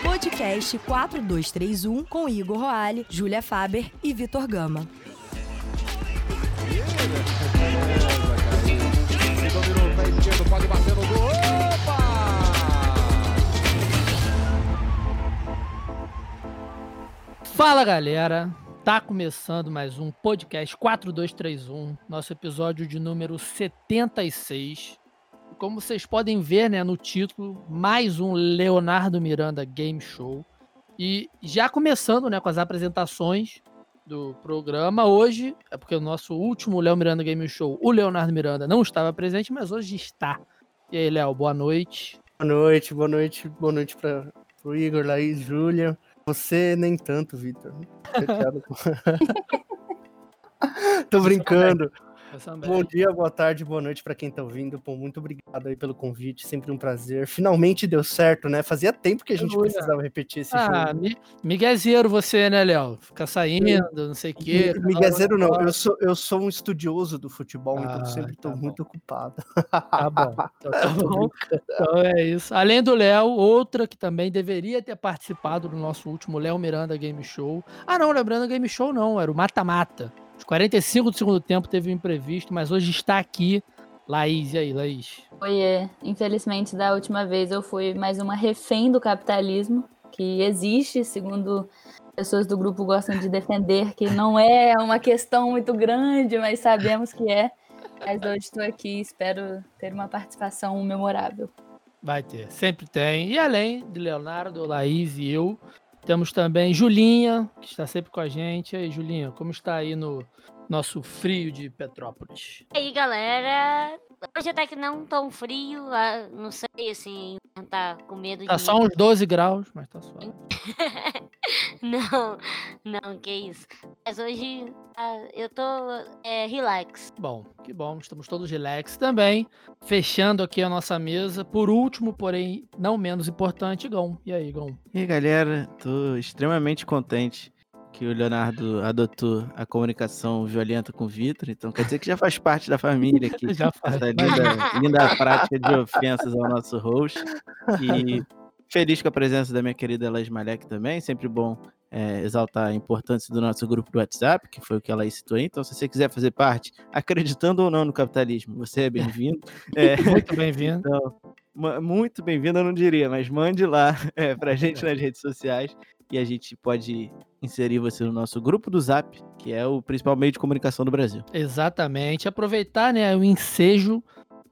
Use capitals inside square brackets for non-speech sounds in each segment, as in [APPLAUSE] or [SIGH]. podcast 4231 com Igor Roale, Júlia Faber e Vitor Gama. Se dominou pra esquerda, pode bater no gol. Opa! Fala galera, tá começando mais um podcast 4231, nosso episódio de número 76. Como vocês podem ver, né, no título, mais um Leonardo Miranda Game Show. E já começando, né, com as apresentações do programa hoje, é porque o nosso último Léo Miranda Game Show, o Leonardo Miranda não estava presente, mas hoje está. E aí, Léo, boa noite. Boa noite, boa noite, boa noite para o Igor, Laís, Júlia. Você nem tanto, Vitor. Chateado com- [LAUGHS] Tô brincando. Bom dia, boa tarde, boa noite para quem tá ouvindo. Pô, muito obrigado aí pelo convite, sempre um prazer. Finalmente deu certo, né? Fazia tempo que a gente Aleluia. precisava repetir esse Ah, jogo. mi- miguezeiro você, né, Léo? Fica saindo, não sei o quê. Mi- Miguezeiro não, eu sou, eu sou um estudioso do futebol, então Ah, sempre tô tá bom. muito ocupado. [LAUGHS] Tá bom. Então, tá bom. Então é isso. Além do Léo, outra que também deveria ter participado do nosso último Léo Miranda Game Show. Ah, não, lembrando, Game Show não, era o mata-mata. Os 45 do segundo tempo teve um imprevisto, mas hoje está aqui. Laís, e aí, Laís? Oiê, é, infelizmente da última vez eu fui mais uma refém do capitalismo, que existe, segundo pessoas do grupo gostam de defender, que não é uma questão muito grande, mas sabemos que é. Mas hoje estou aqui e espero ter uma participação memorável. Vai ter, sempre tem. E além de Leonardo, Laís e eu, temos também Julinha, que está sempre com a gente. E aí, Julinha, como está aí no nosso frio de Petrópolis? E aí, galera? Hoje até que não tão frio, ah, não sei, assim, tá com medo Tá de... só uns 12 graus, mas tá suave. [LAUGHS] Não, não, que isso. Mas hoje ah, eu tô é, relax. Bom, que bom, estamos todos relax também. Fechando aqui a nossa mesa. Por último, porém, não menos importante, Gão. E aí, Gão? E aí, galera, tô extremamente contente que o Leonardo adotou a comunicação violenta com o Vitor, então quer dizer que já faz parte da família [LAUGHS] aqui. Já faz. Essa linda, linda prática de ofensas ao nosso host. E feliz com a presença da minha querida Laís Malek também. Sempre bom é, exaltar a importância do nosso grupo do WhatsApp, que foi o que ela citou aí. Então, se você quiser fazer parte, acreditando ou não no capitalismo, você é bem-vindo. É, Muito bem-vindo. então, ma- muito bem-vindo, eu não diria, mas mande lá [LAUGHS] é, pra gente nas redes sociais e a gente pode inserir você no nosso grupo do Zap, que é o principal meio de comunicação do Brasil. Exatamente. Aproveitar, né, o ensejo,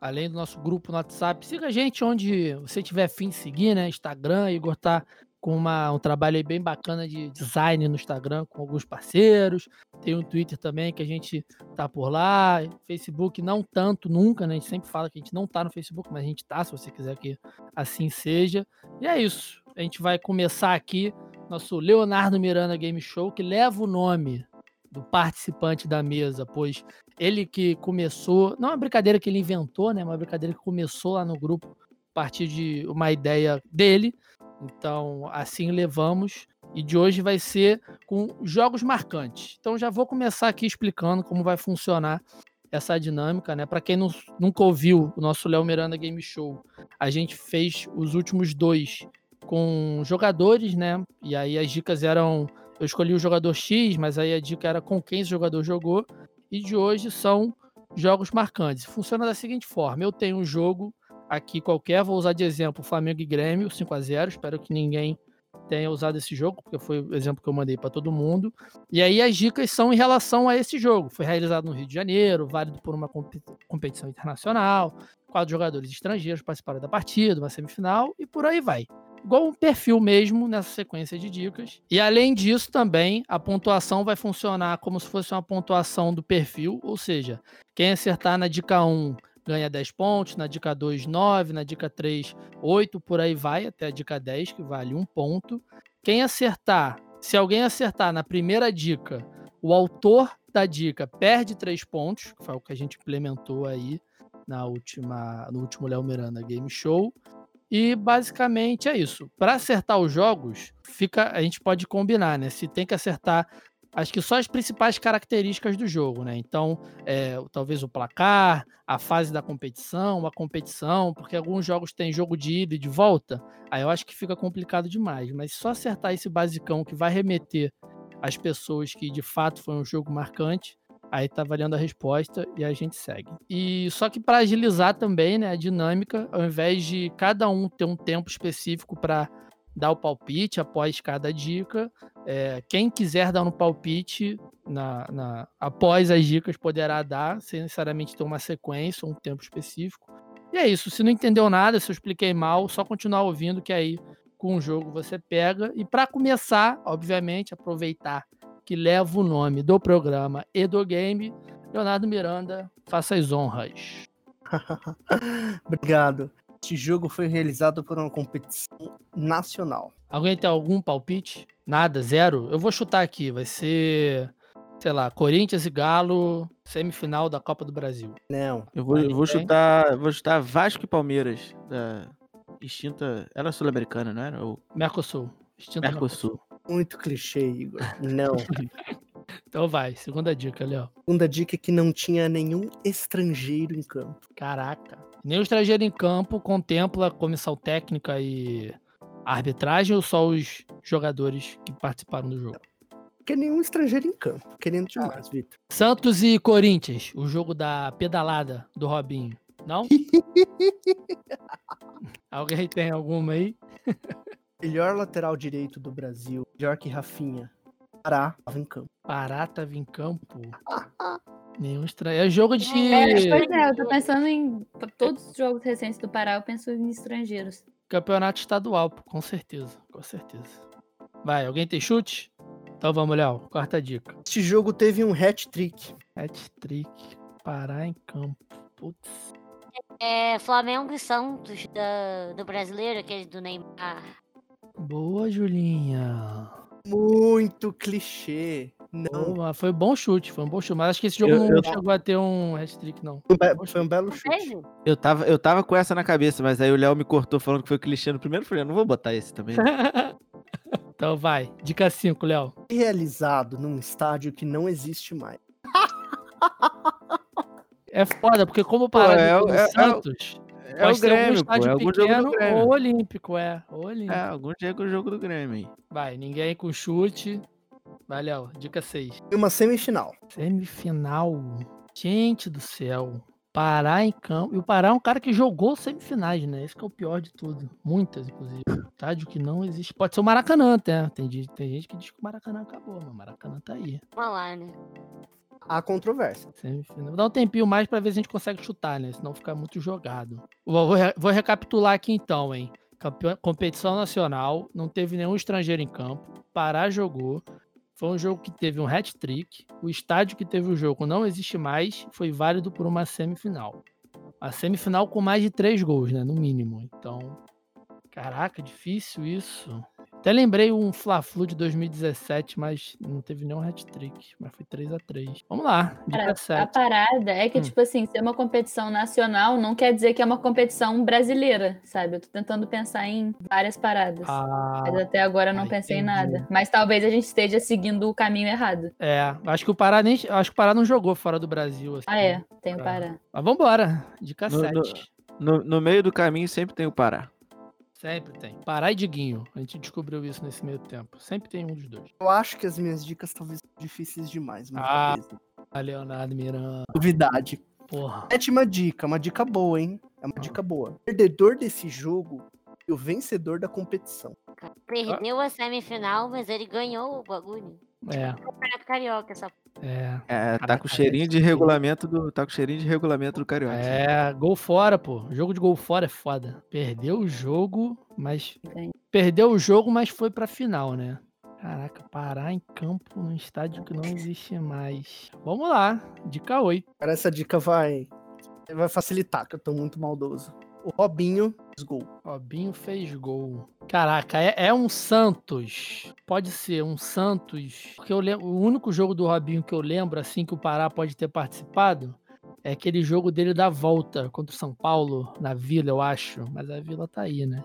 além do nosso grupo no WhatsApp. Siga a gente onde você tiver fim de seguir, né? Instagram, Igor tá com uma- um trabalho aí bem bacana de design no Instagram com alguns parceiros. Tem um Twitter também que a gente tá por lá. Facebook não tanto nunca, né? A gente sempre fala que a gente não tá no Facebook, mas a gente tá, se você quiser que assim seja. E é isso. A gente vai começar aqui nosso Leonardo Miranda Game Show, que leva o nome do participante da mesa, pois ele que começou, não é uma brincadeira que ele inventou, né? Uma brincadeira que começou lá no grupo a partir de uma ideia dele. Então, assim levamos. E de hoje vai ser com jogos marcantes. Então, já vou começar aqui explicando como vai funcionar essa dinâmica, né? Para quem nu- nunca ouviu o nosso Léo Miranda Game Show, a gente fez os últimos dois com jogadores, né? E aí as dicas eram eu escolhi o jogador X, mas aí a dica era com quem esse jogador jogou. E de hoje são jogos marcantes. Funciona da seguinte forma: eu tenho um jogo aqui qualquer, vou usar de exemplo Flamengo e Grêmio, 5 a 0 Espero que ninguém tenha usado esse jogo, porque foi o exemplo que eu mandei para todo mundo. E aí as dicas são em relação a esse jogo. Foi realizado no Rio de Janeiro, válido por uma compe- competição internacional, quatro jogadores estrangeiros participaram da partida, uma semifinal e por aí vai igual um perfil mesmo nessa sequência de dicas. E além disso, também a pontuação vai funcionar como se fosse uma pontuação do perfil, ou seja, quem acertar na dica 1 ganha 10 pontos, na dica 2, 9, na dica 3, 8, por aí vai, até a dica 10, que vale um ponto. Quem acertar, se alguém acertar na primeira dica, o autor da dica perde 3 pontos, que foi o que a gente implementou aí na última, no último Léo Miranda Game Show. E basicamente é isso. Para acertar os jogos, fica a gente pode combinar, né? Se tem que acertar acho que só as principais características do jogo, né? Então, é, talvez o placar, a fase da competição, a competição, porque alguns jogos têm jogo de ida e de volta, aí eu acho que fica complicado demais. Mas só acertar esse basicão que vai remeter às pessoas que de fato foi um jogo marcante, aí tá valendo a resposta e a gente segue. E só que para agilizar também, né, a dinâmica, ao invés de cada um ter um tempo específico para dar o palpite após cada dica. É, quem quiser dar um palpite na, na, após as dicas poderá dar, sem necessariamente ter uma sequência ou um tempo específico. E é isso. Se não entendeu nada, se eu expliquei mal, só continuar ouvindo que aí com o jogo você pega. E para começar, obviamente, aproveitar que leva o nome do programa e do game, Leonardo Miranda, faça as honras. Obrigado. Este jogo foi realizado por uma competição nacional. Alguém tem algum palpite? Nada, zero? Eu vou chutar aqui, vai ser, sei lá, Corinthians e Galo, semifinal da Copa do Brasil. Não. Eu vou, eu vou chutar, vou chutar Vasco e Palmeiras, da extinta. Era sul-americana, não era? Ou Mercosul. Extinto Mercosul. Muito clichê, Igor. Não. Então vai, segunda dica, Léo. Segunda dica é que não tinha nenhum estrangeiro em campo. Caraca. Nenhum estrangeiro em campo contempla comissão técnica e arbitragem ou só os jogadores que participaram do jogo? Porque nenhum estrangeiro em campo. Querendo demais, Vitor. Santos e Corinthians, o jogo da pedalada do Robinho. [LAUGHS] Não? Alguém tem alguma aí? Melhor lateral direito do Brasil, melhor que Rafinha. Pará, tava em campo. Pará tava em campo. Nenhum estrangeiro. É jogo de. É, pois é, eu tô pensando em todos os jogos recentes do Pará, eu penso em estrangeiros. Campeonato estadual, pô, com certeza. Com certeza. Vai, alguém tem chute? Então vamos, Léo. Quarta dica. Este jogo teve um hat-trick. Hat-trick. Pará em campo. Putz. É Flamengo e Santos da, do brasileiro, aquele do Neymar. Boa, Julinha. Muito clichê. Não. Boa, foi bom chute, foi um bom chute. Mas acho que esse jogo Então- Eu- não eu- chegou a ter um hat-trick, não. Foi um be- Foi um Tá belo chute. Beijo. Eu tava, eu tava com essa na cabeça, mas aí o Léo me cortou falando que foi o Cristiano primeiro. Eu falei, eu não vou botar esse também. Então vai. Dica 5, Léo. Realizado num estádio que não existe mais. É foda, porque como o Pará Pô, é jogou o- no é o- Santos, É pode o ter algum Grêmio, pô. estádio É algum jogo do pequeno Grêmio. ou olímpico, é. Ou olímpico. É, algum jogo, jogo do Grêmio aí. Vai, ninguém com chute. Vai, Léo. Dica 6. E uma semifinal. Semifinal. Gente do céu. Pará em campo. E o Pará é um cara que jogou semifinais, né? Esse que é o pior de tudo. Muitas, inclusive. Estádio que não existe. Pode ser o Maracanã, até. né? Tem, di- tem gente que diz que o Maracanã acabou, mas o Maracanã tá aí. Vamos lá, né? Há controvérsia. Semifinal. Dá um tempinho mais pra ver se a gente consegue chutar, né? Senão fica muito jogado. Vou, vou re- vou recapitular aqui então, hein? Campeon- competição nacional, não teve nenhum estrangeiro em campo. Pará jogou. Foi um jogo que teve um hat-trick. O estádio que teve o jogo não existe mais. Foi válido por uma semifinal. A semifinal com mais de três gols, né? No mínimo. Então, caraca, difícil isso. Até lembrei um Fla-Flu de 2017, mas não teve nenhum hat-trick. Mas foi 3 a 3 Vamos lá. Cara, Dica a 7. parada é que, Hum. tipo assim, ser uma competição nacional não quer dizer que é uma competição brasileira, sabe? Eu tô tentando pensar em várias paradas. Ah, Mas até agora eu não ah, pensei em entendi. nada. Mas talvez a gente esteja seguindo o caminho errado. é. Acho que o Pará nem, acho que o Pará não jogou fora do Brasil. assim. Ah, é. Tem o Ah. Pará. Mas vambora. Dica No- 7. no- No, no meio do caminho sempre tem o Pará. Sempre tem. Pará e Diguinho. A gente descobriu isso nesse meio tempo. Sempre tem um dos dois. Eu acho que as minhas dicas talvez são difíceis demais. Mas Ah. A Leonardo Miranda. Novidade. Porra. Sétima dica. é Uma dica boa, hein? É uma dica boa. O perdedor desse jogo e o vencedor da competição. Perdeu a semifinal, mas ele ganhou o bagulho. É. Campeonato Carioca, essa É. É, tá Caraca, com cheirinho de esse- regulamento do. Tá com cheirinho de regulamento do Carioca. É. Gol fora, pô. Jogo de gol fora é foda. Perdeu o jogo, mas. Ganhou. Perdeu o jogo, mas foi pra final, né? Caraca, Pará em campo num estádio que não existe mais. Vamos lá. Dica 8. Cara, essa dica vai, vai facilitar, que eu tô muito maldoso. O Robinho fez gol. Robinho fez gol. Caraca, é, é um Santos. Pode ser um Santos. Porque eu lembro, o único jogo do Robinho que eu lembro, assim, que o Pará pode ter participado, é aquele jogo dele da volta contra o São Paulo, na Vila, eu acho. Mas a Vila tá aí, né?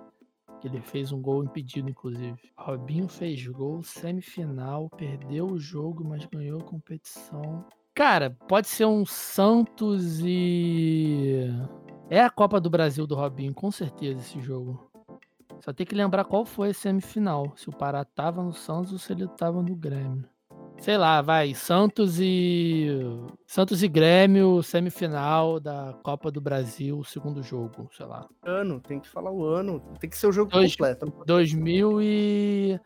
Que Ele fez um gol impedido, inclusive. Robinho fez gol, semifinal, perdeu o jogo, mas ganhou a competição. Cara, pode ser um Santos e. É a Copa do Brasil do Robinho, com certeza, esse jogo. Só tem que lembrar qual foi a semifinal. Se o Pará tava no Santos ou se ele tava no Grêmio. Sei lá, vai. Santos e. Santos e Grêmio, semifinal da Copa do Brasil, segundo jogo, sei lá. Ano, tem que falar o ano. Tem que ser o jogo Dois- completo. 2000 e.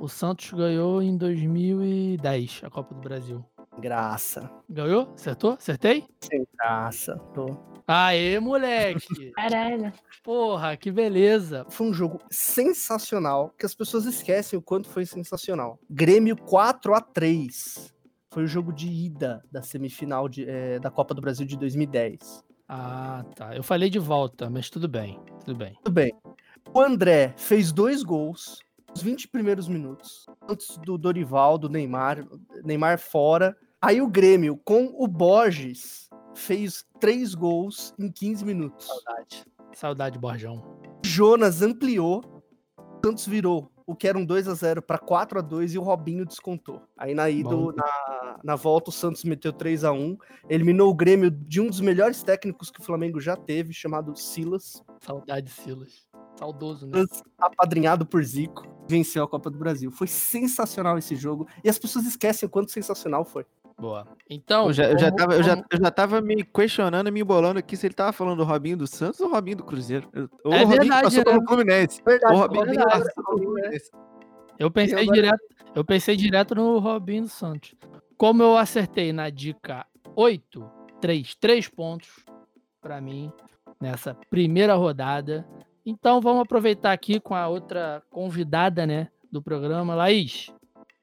O Santos ganhou em 2010 a Copa do Brasil. Graça. Ganhou? Acertou? Acertei? Graça. Tô. Aê, moleque! [LAUGHS] Caralho. Porra, que beleza! Foi um jogo sensacional que as pessoas esquecem o quanto foi sensacional. Grêmio 4 a 3 Foi o jogo de ida da semifinal de, eh, da Copa do Brasil de 2010. Ah, tá. Eu falei de volta, mas tudo bem. Tudo bem. Tudo bem. O André fez dois gols nos 20 primeiros minutos. Antes do Dorival, do Neymar. Neymar fora. Aí o Grêmio, com o Borges, fez três gols em 15 minutos. Saudade. Saudade, Borjão. Jonas ampliou. Santos virou. O que era um 2 a 0 para 4 a 2 e o Robinho descontou. Aí na ida, Bom. na, na volta, o Santos meteu 3 a 1 eliminou o Grêmio de um dos melhores técnicos que o Flamengo já teve, chamado Silas. Saudade, Silas. Saudoso, né? Santos, apadrinhado por Zico, venceu a Copa do Brasil. Foi sensacional esse jogo. E as pessoas esquecem o quanto sensacional foi. Boa. Então. Eu já, eu, já como- tava, eu, já, como- eu já tava me questionando, me embolando aqui se ele tava falando do Robinho do Santos ou Robinho do Cruzeiro. Eu- Ou É o Robinho verdade, que passou né? pelo Fluminense. Verdade, ou o Robinho que verdade. passou pelo Fluminense. Eu pensei, Eu agora- direto, eu pensei direto no Robinho dos Santos. Como eu acertei na dica 8, 3, 3 pontos pra mim nessa primeira rodada. Então vamos aproveitar aqui com a outra convidada, né, do programa, Laís.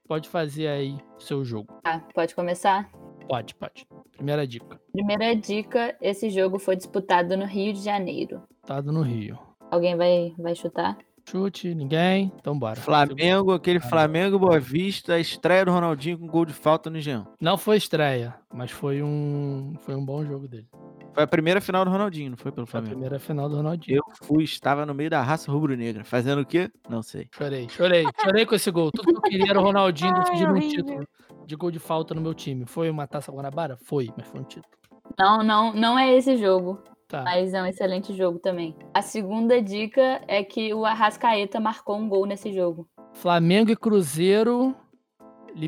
Pode fazer aí o seu jogo. Tá, pode começar? Pode, pode. Primeira dica. Primeira dica: esse jogo foi disputado no Rio de Janeiro. Tado no Rio. Alguém vai, vai chutar? Chute, ninguém. Então bora. Flamengo, aquele Flamengo Boa Vista, a estreia do Ronaldinho com gol de falta no Jean. Não foi estreia, mas foi um foi um bom jogo dele. Foi a primeira final do Ronaldinho, não foi pelo Foi a Flamengo? primeira final do Ronaldinho. Eu fui, estava no meio da raça rubro-negra. Fazendo o quê? Não sei. Chorei, chorei, chorei com esse gol. Tudo que eu queria era o Ronaldinho [LAUGHS] Ai, decidindo um horrível. título de gol de falta no meu time. Foi uma taça Guanabara? Foi, mas foi um título. Não, não, não é esse jogo, Tá. mas é um excelente jogo também. A segunda dica é que o Arrascaeta marcou um gol nesse jogo. Flamengo e Cruzeiro,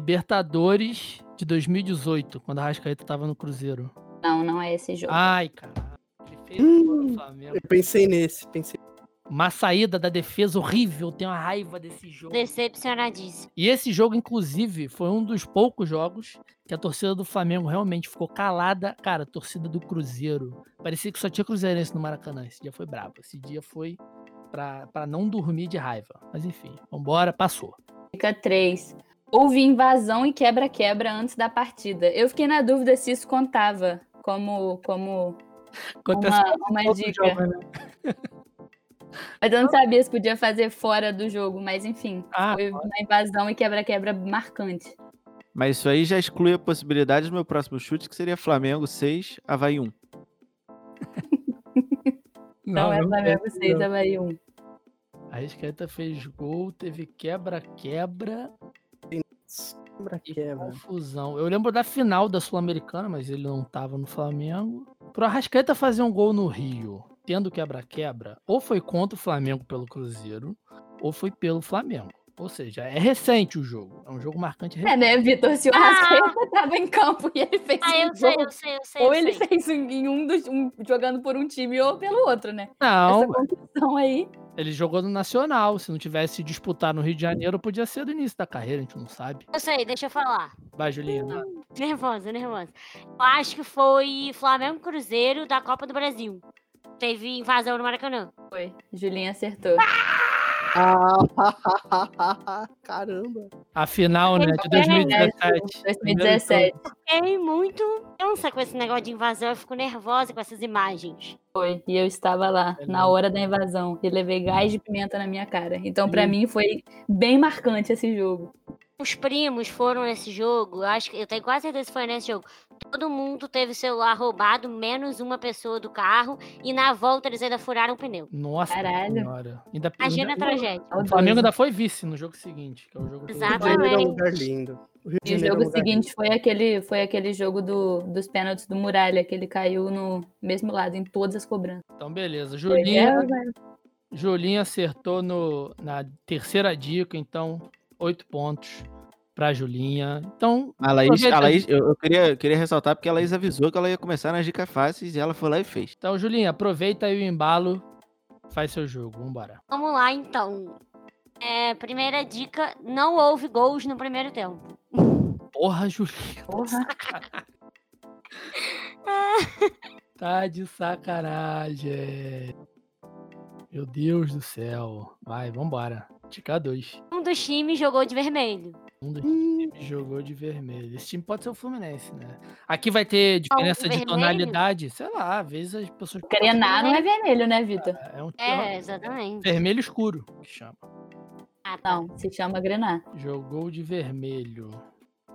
Libertadores de 2018, quando a Rascaeta tava no Cruzeiro. Não, não é esse jogo. Ai, caralho. Ele fez o gol Hum. do Flamengo. Eu pensei nesse, pensei. Uma saída da defesa horrível, tenho uma raiva desse jogo. Decepcionadíssimo. E esse jogo, inclusive, foi um dos poucos jogos que a torcida do Flamengo realmente ficou calada. Cara, a torcida do Cruzeiro. Parecia que só tinha Cruzeirense no Maracanã. Esse dia foi brabo. Esse dia foi pra, pra não dormir de raiva. Mas enfim, vambora, passou. Dica 3. Houve invasão e quebra-quebra antes da partida. Eu fiquei na dúvida se isso contava como, como Acontece uma, uma dica. né? [LAUGHS] Mas eu não sabia se podia fazer fora do jogo, mas enfim. Ah, Foi uma invasão e quebra-quebra marcante. Mas isso aí já exclui a possibilidade do meu próximo chute, que seria Flamengo 6, Havaí 1. Não, é Flamengo 6, A Havaí 1. Arrascaeta fez gol, teve quebra-quebra e é, né? confusão. Eu lembro da final da Sul-Americana, mas ele não tava no Flamengo. Pro Arrascaeta fazer um gol no Rio, tendo quebra-quebra, ou foi contra o Flamengo pelo Cruzeiro, ou foi pelo Flamengo. Ou seja, é recente o jogo. É um jogo marcante É, recente. né, Vitor? Se o Arrascaeta [LAUGHS] tava em campo e ele fez Ah, um eu sei, gol, eu sei, eu sei. ou eu ele sei. fez um, em um, dos, um jogando por um time ou pelo outro, né? Não, Essa confusão aí. ele jogou no Nacional. Se não tivesse disputado no Rio de Janeiro, podia ser do início da carreira, a gente não sabe. Eu sei, deixa eu falar. Vai, Juliana. Nervosa, nervosa. Eu acho que foi Flamengo e Cruzeiro da Copa do Brasil. Teve invasão no Maracanã. Foi. Julinha acertou. Caramba. A final, né, de 2017. 2017. Fiquei muito tensa com esse negócio de invasão. Eu fico nervosa com essas imagens. Foi. E eu estava lá, É na lindo. hora da invasão. E levei gás de pimenta na minha cara. Então, pra mim, foi bem marcante esse jogo. Os primos foram nesse jogo. eu Acho que eu tenho quase certeza que foi nesse jogo. todo mundo teve o celular roubado, menos uma pessoa do carro, e na volta eles ainda furaram o pneu. Nossa Caralho. senhora. Ainda, Imagina a ainda- tragédia. É um o Flamengo ainda foi vice no jogo seguinte, que é o jogo que eu- O Rio de Janeiro é um Exatamente. lugar lindo. O Rio de E o Janeiro é um lugar jogo lindo. seguinte foi aquele, foi aquele jogo do, dos pênaltis do Muralha, que ele caiu no mesmo lado, em todas as cobranças. Então, beleza. Foi é, Julinha, guerra, velho. Julinha acertou no, na terceira dica, então, oito pontos pra Julinha. Então, A Laís, Aproveita. a Laís eu, eu queria, eu queria ressaltar porque a Laís avisou que ela ia começar nas dicas fáceis e ela foi lá e fez. então Julinha, aproveita aí o embalo, faz seu jogo, vambora. Vamos lá, então. É, primeira dica: não houve gols no primeiro tempo. Porra, Julinha. [LAUGHS] Porra. Tá de sacanagem. Meu Deus do céu. Vai, vambora. Dica 2. Um dos times jogou de vermelho. Um dos times jogou de vermelho. Esse time pode ser o Fluminense, né? Aqui vai ter diferença de vermelho? tonalidade. Sei lá, às vezes as pessoas. Grenar não é vermelho, né, Vitor? É um É, exatamente. vermelho escuro que chama. Ah, tá. Não, se chama Grenar. Jogou de vermelho.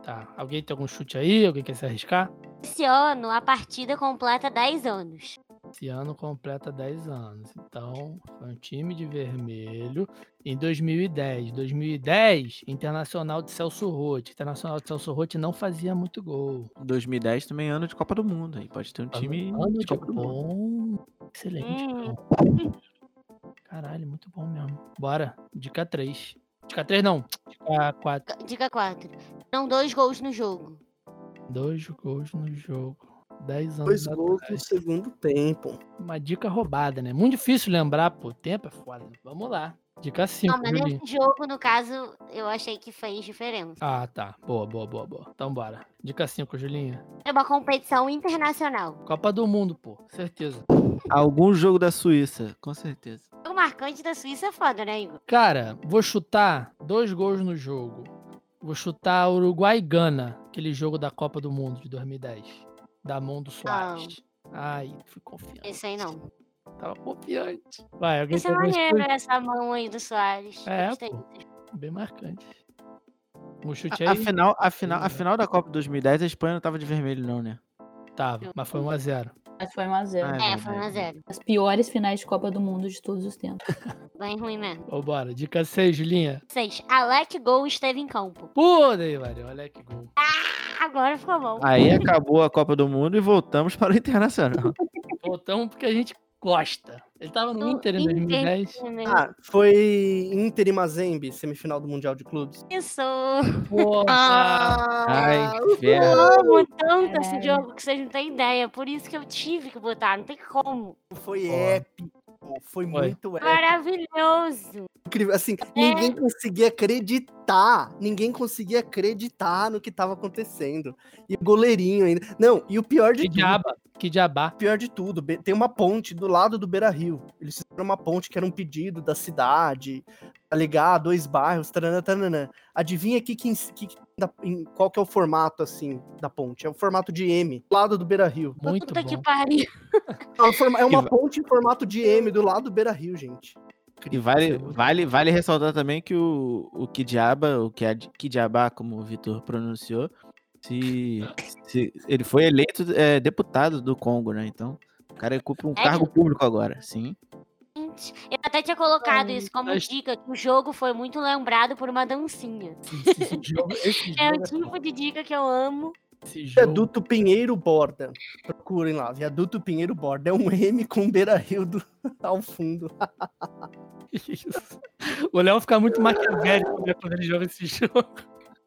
Tá. Alguém tem algum chute aí? Alguém quer se arriscar? Esse ano a partida completa 10 anos. Esse ano completa 10 anos. Então, foi um time de vermelho em 2010. 2010, Internacional de Celso Rotti. Internacional de Celso Rotti não fazia muito gol. 2010 também é ano de Copa do Mundo. Aí pode ter um Tava time ano de de Copa do Mundo. bom. Excelente. Hum. então. Caralho, muito bom mesmo. Bora. Dica 3. Dica 3 não. Dica 4. Dica 4. Não dois gols no jogo. Dois gols no jogo. 10 anos. Dois gols no atrás. segundo tempo. Uma dica roubada, né? Muito difícil lembrar, pô. Tempo é foda. Vamos lá. Dica 5. Não, mas nesse jogo, no caso, eu achei que fez diferença. Ah, tá. Boa, boa, boa, boa. Então bora. Dica 5, Julinha. É uma competição internacional. Copa do Mundo, pô. Certeza. Algum jogo da Suíça, com certeza. O marcante da Suíça é foda, né, Igor? Cara, vou chutar dois gols no jogo. Vou chutar Uruguai e Gana, aquele jogo da Copa do Mundo de 2010. Da mão do Soares. Ai, fui confiante. Esse aí não. Tava confiante. Vai, alguém Esse é tem algum maneiro, né? chute? essa mão aí do Soares. É, Gostei. pô. Bem marcante. Um chute A, aí? a final, a, final, a Beleza. final da Copa de 2010, a Espanha não tava de vermelho, não, né? Tava, mas foi 1x0. Acho que foi 1x0. Ah, É, foi verdade. 1x0. As piores finais de Copa do Mundo de todos os tempos. Bem ruim mesmo. Vambora. Dica 6, Julinha. 6. Alec Gol esteve em campo. Puta aí, valeu. Olha que gol. Agora ficou bom. Aí acabou a Copa do Mundo e voltamos para o Internacional. É Voltamos porque a gente gosta. Ele tava no No Inter em Inter. 2010. Ah, foi Inter e Mazembe, semifinal do Mundial de Clubes. Isso! Ah, Ah. Porra! [LAUGHS] Ai, que eu fera. amo tanto esse Caralho. jogo que vocês não têm ideia. Por isso que eu tive que botar, não tem como. Foi Ó. épico. Foi muito épico. Maravilhoso! Incrível. Assim, ninguém conseguia acreditar. Ninguém conseguia acreditar no que tava acontecendo. E o goleirinho ainda. Não, e o pior de Que tudo. diaba, que diabá. Pior de tudo, be- tem uma ponte do lado do Beira Rio. Eles fizeram uma ponte que era um pedido da cidade, pra ligar dois bairros, taranã, taranã. Adivinha que, que, que, que- da- em- qual que é o formato, assim, da ponte? É o formato de M, do lado do Beira Rio. Muito Puta que bom. pariu! É uma forma- é uma va- ponte em formato de M, do lado do Beira Rio, gente. E vale, Isso é muito- vale, vale ressaltar também que o, o Kidiaba, o Kiad- Kidiabá, como o Vitor pronunciou, se, se- ele foi eleito é, deputado do Congo, né? Então, o cara ocupa um Sério? cargo público agora, sim. Gente, Eu até tinha colocado isso como mas- dica, que o jogo foi muito lembrado por uma dancinha. Esse, esse jogo, [LAUGHS] esse É jogo, o tipo de dica que eu amo. esse É jogo Viaduto Pinheiro Borda. Procurem lá, Viaduto Pinheiro Borda. É um M com Beira Rio do- [LAUGHS] ao fundo. Isso. É [LAUGHS] O Léo fica muito maquiavélico né, quando ele joga esse jogo.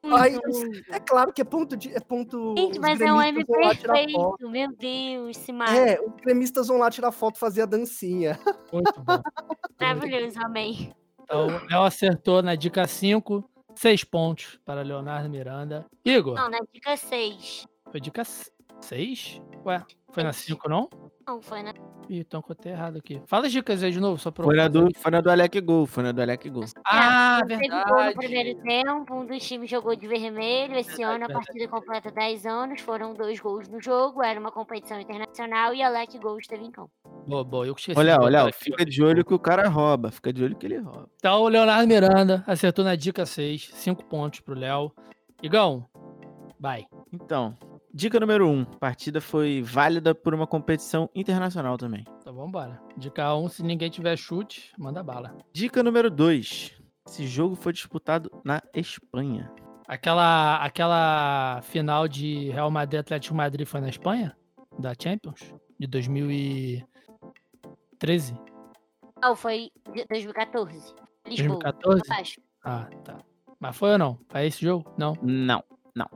Ai, Muito. É claro que é ponto de. É ponto Hum. Gente, os mas é um M gremistas vão lá tirar foto. perfeito. Meu Deus, se mata. É, os gremistas vão lá tirar foto, fazer a dancinha. Muito bom. Maravilhoso, amei. Então, o Léo acertou na dica 5, 6 pontos para Leonardo Miranda. Igor, Não, na dica 6. foi dica 6? Ué, foi na 5, não? Não, foi né? na Ih, então contei errado aqui. Fala as dicas aí de novo, só para Foi na, do, foi na do Alec Gol, foi na do Alec Gol. Ah, Teve um gol no verdade. primeiro tempo, um dos times jogou de vermelho. Esse Verdade, ano a verdade. partida completa 10 anos, foram dois gols no jogo, era uma competição internacional e Alec Gol esteve em campo. Boa, boa. Eu que esqueci Olha, de olha, botar ó, aqui, ó. fica de olho que o cara rouba, fica de olho que ele rouba. Então, o Leonardo Miranda acertou na dica 6, 5 pontos pro Léo. Igão, vai. Então, Dica número 1. Um, partida foi válida por uma competição internacional também. Então vambora. Dica 1, se ninguém tiver chute, manda bala. Dica número 2. Esse jogo foi disputado na Espanha. Aquela, aquela final de Real Madrid e Atlético Madrid foi na Espanha? Da Champions? De 2013? Não, foi de 2014. Lisboa. 2014? Acho. Ah, tá. Mas foi ou não? Foi esse jogo? Não. Não.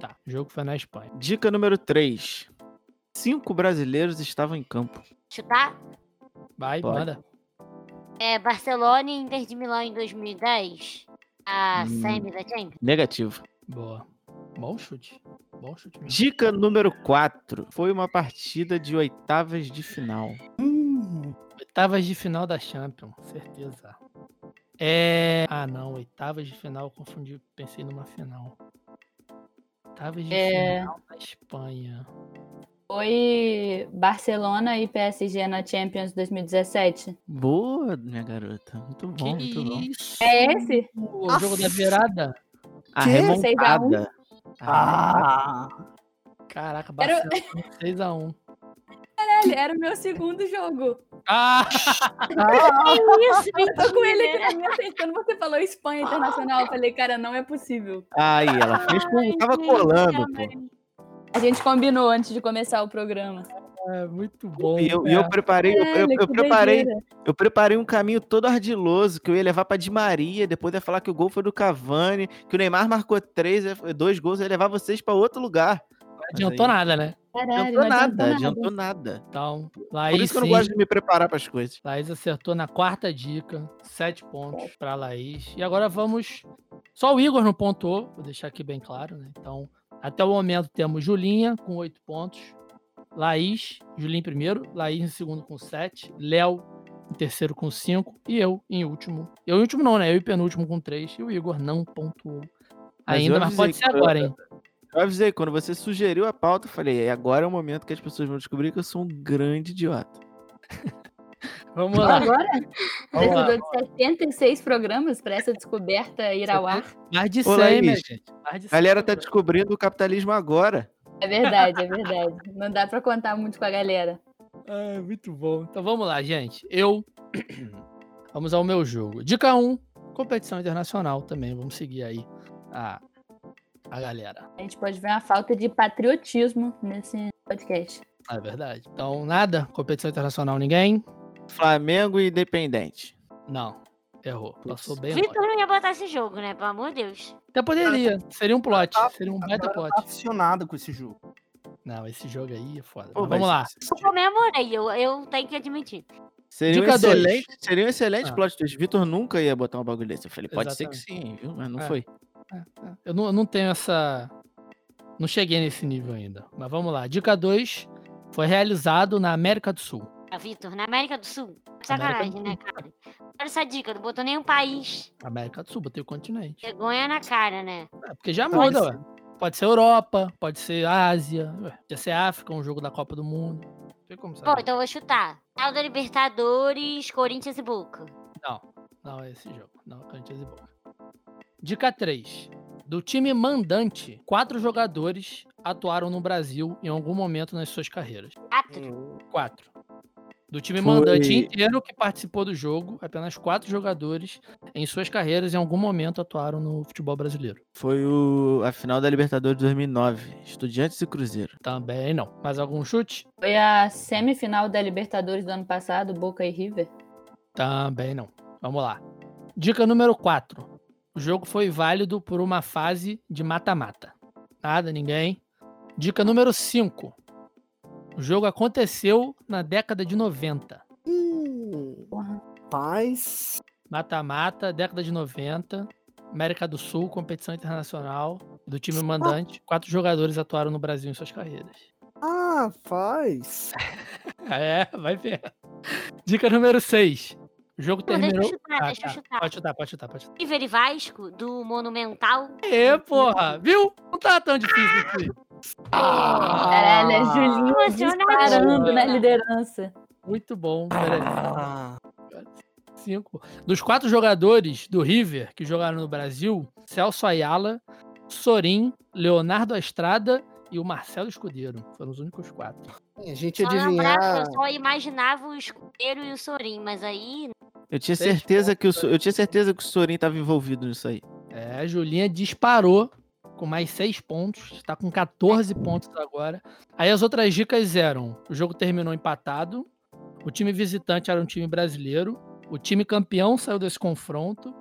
Tá. O jogo foi na Espanha. Dica número 3. Cinco brasileiros estavam em campo. Chutar? Vai, Pode. manda. É Barcelona e Inter de Milão em 2010. A Hum. semi da Champions. Negativo. Boa. Bom chute. Bom chute mesmo. Dica número 4. Foi uma partida de oitavas de final. Oitavas de final da Champions, certeza. É. Ah, não. Oitavas de final, eu confundi. Pensei numa final. Oitavas de É. final da Espanha. Foi Barcelona e PSG na Champions 2017. Boa, minha garota. Muito bom, que muito bom. isso? É esse? O jogo da virada? A Quê? remontada. 6x1? Ah, Ah! Caraca, Era Barcelona [LAUGHS] 6x1. Caralho, era o meu segundo [LAUGHS] jogo. Ah! É Isso, Eu tô com ele aqui na minha frente. Quando você falou Espanha Internacional, eu falei, cara, não é possível. Aí, ela fez como tava gente, colando, pô. amor. A gente combinou antes de começar o programa. É muito bom. é. E eu, e eu cara. preparei, eu, eu- Caralho, eu que preparei, doideira. eu preparei um caminho todo ardiloso que eu ia levar pra Di Maria, depois ia falar que o gol foi do Cavani, que o Neymar marcou três, eh, dois gols, ia levar vocês pra outro lugar. Não adiantou aí- nada, né? Caralho, Adiantou não nada, adiantou nada. Então, Por Laís, isso que eu não sim. gosto de me preparar para as coisas. Laís acertou na quarta dica, sete pontos para Laís. E agora vamos. Só o Igor não pontuou, vou deixar aqui bem claro, né? Então, até o momento temos Julinha com oito pontos, Laís, Julinha em primeiro, Laís em segundo com sete, Léo em terceiro com cinco e eu em último. Eu em último não, né? Eu em penúltimo com três e o Igor não pontuou Mas eu ainda, mas, avisei pode ser que eu- agora, hein? Eu avisei, quando você sugeriu a pauta, eu falei, "É, agora é o momento que as pessoas vão descobrir que eu sou um grande idiota. Vamos Pô, lá. Agora? Vamos lá. Precisou de 76 programas para essa descoberta ir ao ar. Mais de Ô, 100, minha Laís, gente. Mais de A galera 100, tá descobrindo o capitalismo agora. É verdade, é verdade. Não dá pra contar muito com a galera. Ah, muito bom. Então vamos lá, gente. Eu. [CLEARS THROAT] vamos ao meu jogo. Dica 1, competição internacional também. Vamos seguir aí a, a galera. A gente pode ver uma falta de patriotismo nesse podcast. Ah, É verdade. Então, nada? Competição internacional, ninguém? Flamengo e Independente. Não. Errou. Passou bem Vitor longe. não ia botar esse jogo, né? Pelo amor de Deus. Até poderia. Seria um plot. Seria um Agora beta eu tô plot. aficionado tá com esse jogo. Não, esse jogo aí é foda. Pô, Mas mas vamos lá. Eu comemorei, eu, eu tenho que admitir. Seria um Dica dois. excelente, seria um excelente Ah. plot twist. Vitor nunca ia botar um bagulho desse. Eu falei, pode ser que sim, viu? Mas não É. foi. Eu não, eu não tenho essa. Não cheguei nesse nível ainda. Mas vamos lá. Dica 2 foi realizado na América do Sul. Ah, Vitor, na América do Sul. do Sacanagem, né, cara? Olha essa dica, não botou nenhum país. América do Sul, botei o continente. Vergonha na cara, né? É, porque Tá já Pode muda, ué. Pode ser Europa, pode ser Ásia, ué. Podia ser África, um jogo da Copa do Mundo. Não tem como Bom, saber. então eu vou chutar. Tal da Libertadores, Corinthians e Boca. Não, é esse jogo. Não, Corinthians e Boca. Dica 3. Do time mandante, quatro jogadores atuaram no Brasil em algum momento nas suas carreiras. Quatro. Quatro. Do time Foi- mandante inteiro que participou do jogo, apenas quatro jogadores em suas carreiras em algum momento atuaram no futebol brasileiro. Foi o, a final da Libertadores de 2009. Estudiantes e Cruzeiro. Também não. Mais algum chute? Foi a semifinal da Libertadores do ano passado, Boca e River. Também não. Vamos lá. Dica número 4. O jogo foi válido por uma fase de mata-mata. Nada, ninguém. Dica número 5. O jogo aconteceu na década de 90. Hum, rapaz. Mata-mata, década de 90. América do Sul, competição internacional do time mandante. Quatro jogadores atuaram no Brasil em suas carreiras. Ah, faz. É, vai ver. Dica número 6. O jogo Não, Então, deixa terminou. eu chutar, Ah, deixa eu tá. chutar. Pode chutar, pode chutar, pode chutar. River e Vasco, do Monumental. Ê, porra, viu? Não tá tão difícil assim. [LAUGHS] Caralho, Ah. é Julinho Emocionadíssima. disparando na liderança. Muito bom. Peraí. Ah, Cinco. Dos quatro jogadores do River que jogaram no Brasil, Celso Ayala, Sorin, Leonardo Estrada e o Marcelo Escudeiro. Foram os únicos quatro. A É, gente Só lembrava, adivinhar. eu só imaginava o escudeiro e o Sorin, mas aí Eu tinha Seis certeza que o, So- eu tinha certeza que o Sorin tava envolvido nisso aí. É, a Julinha disparou com mais seis pontos, está com 14 pontos agora. Aí as outras dicas eram: o jogo terminou empatado, o time visitante era um time brasileiro, o time campeão saiu desse confronto.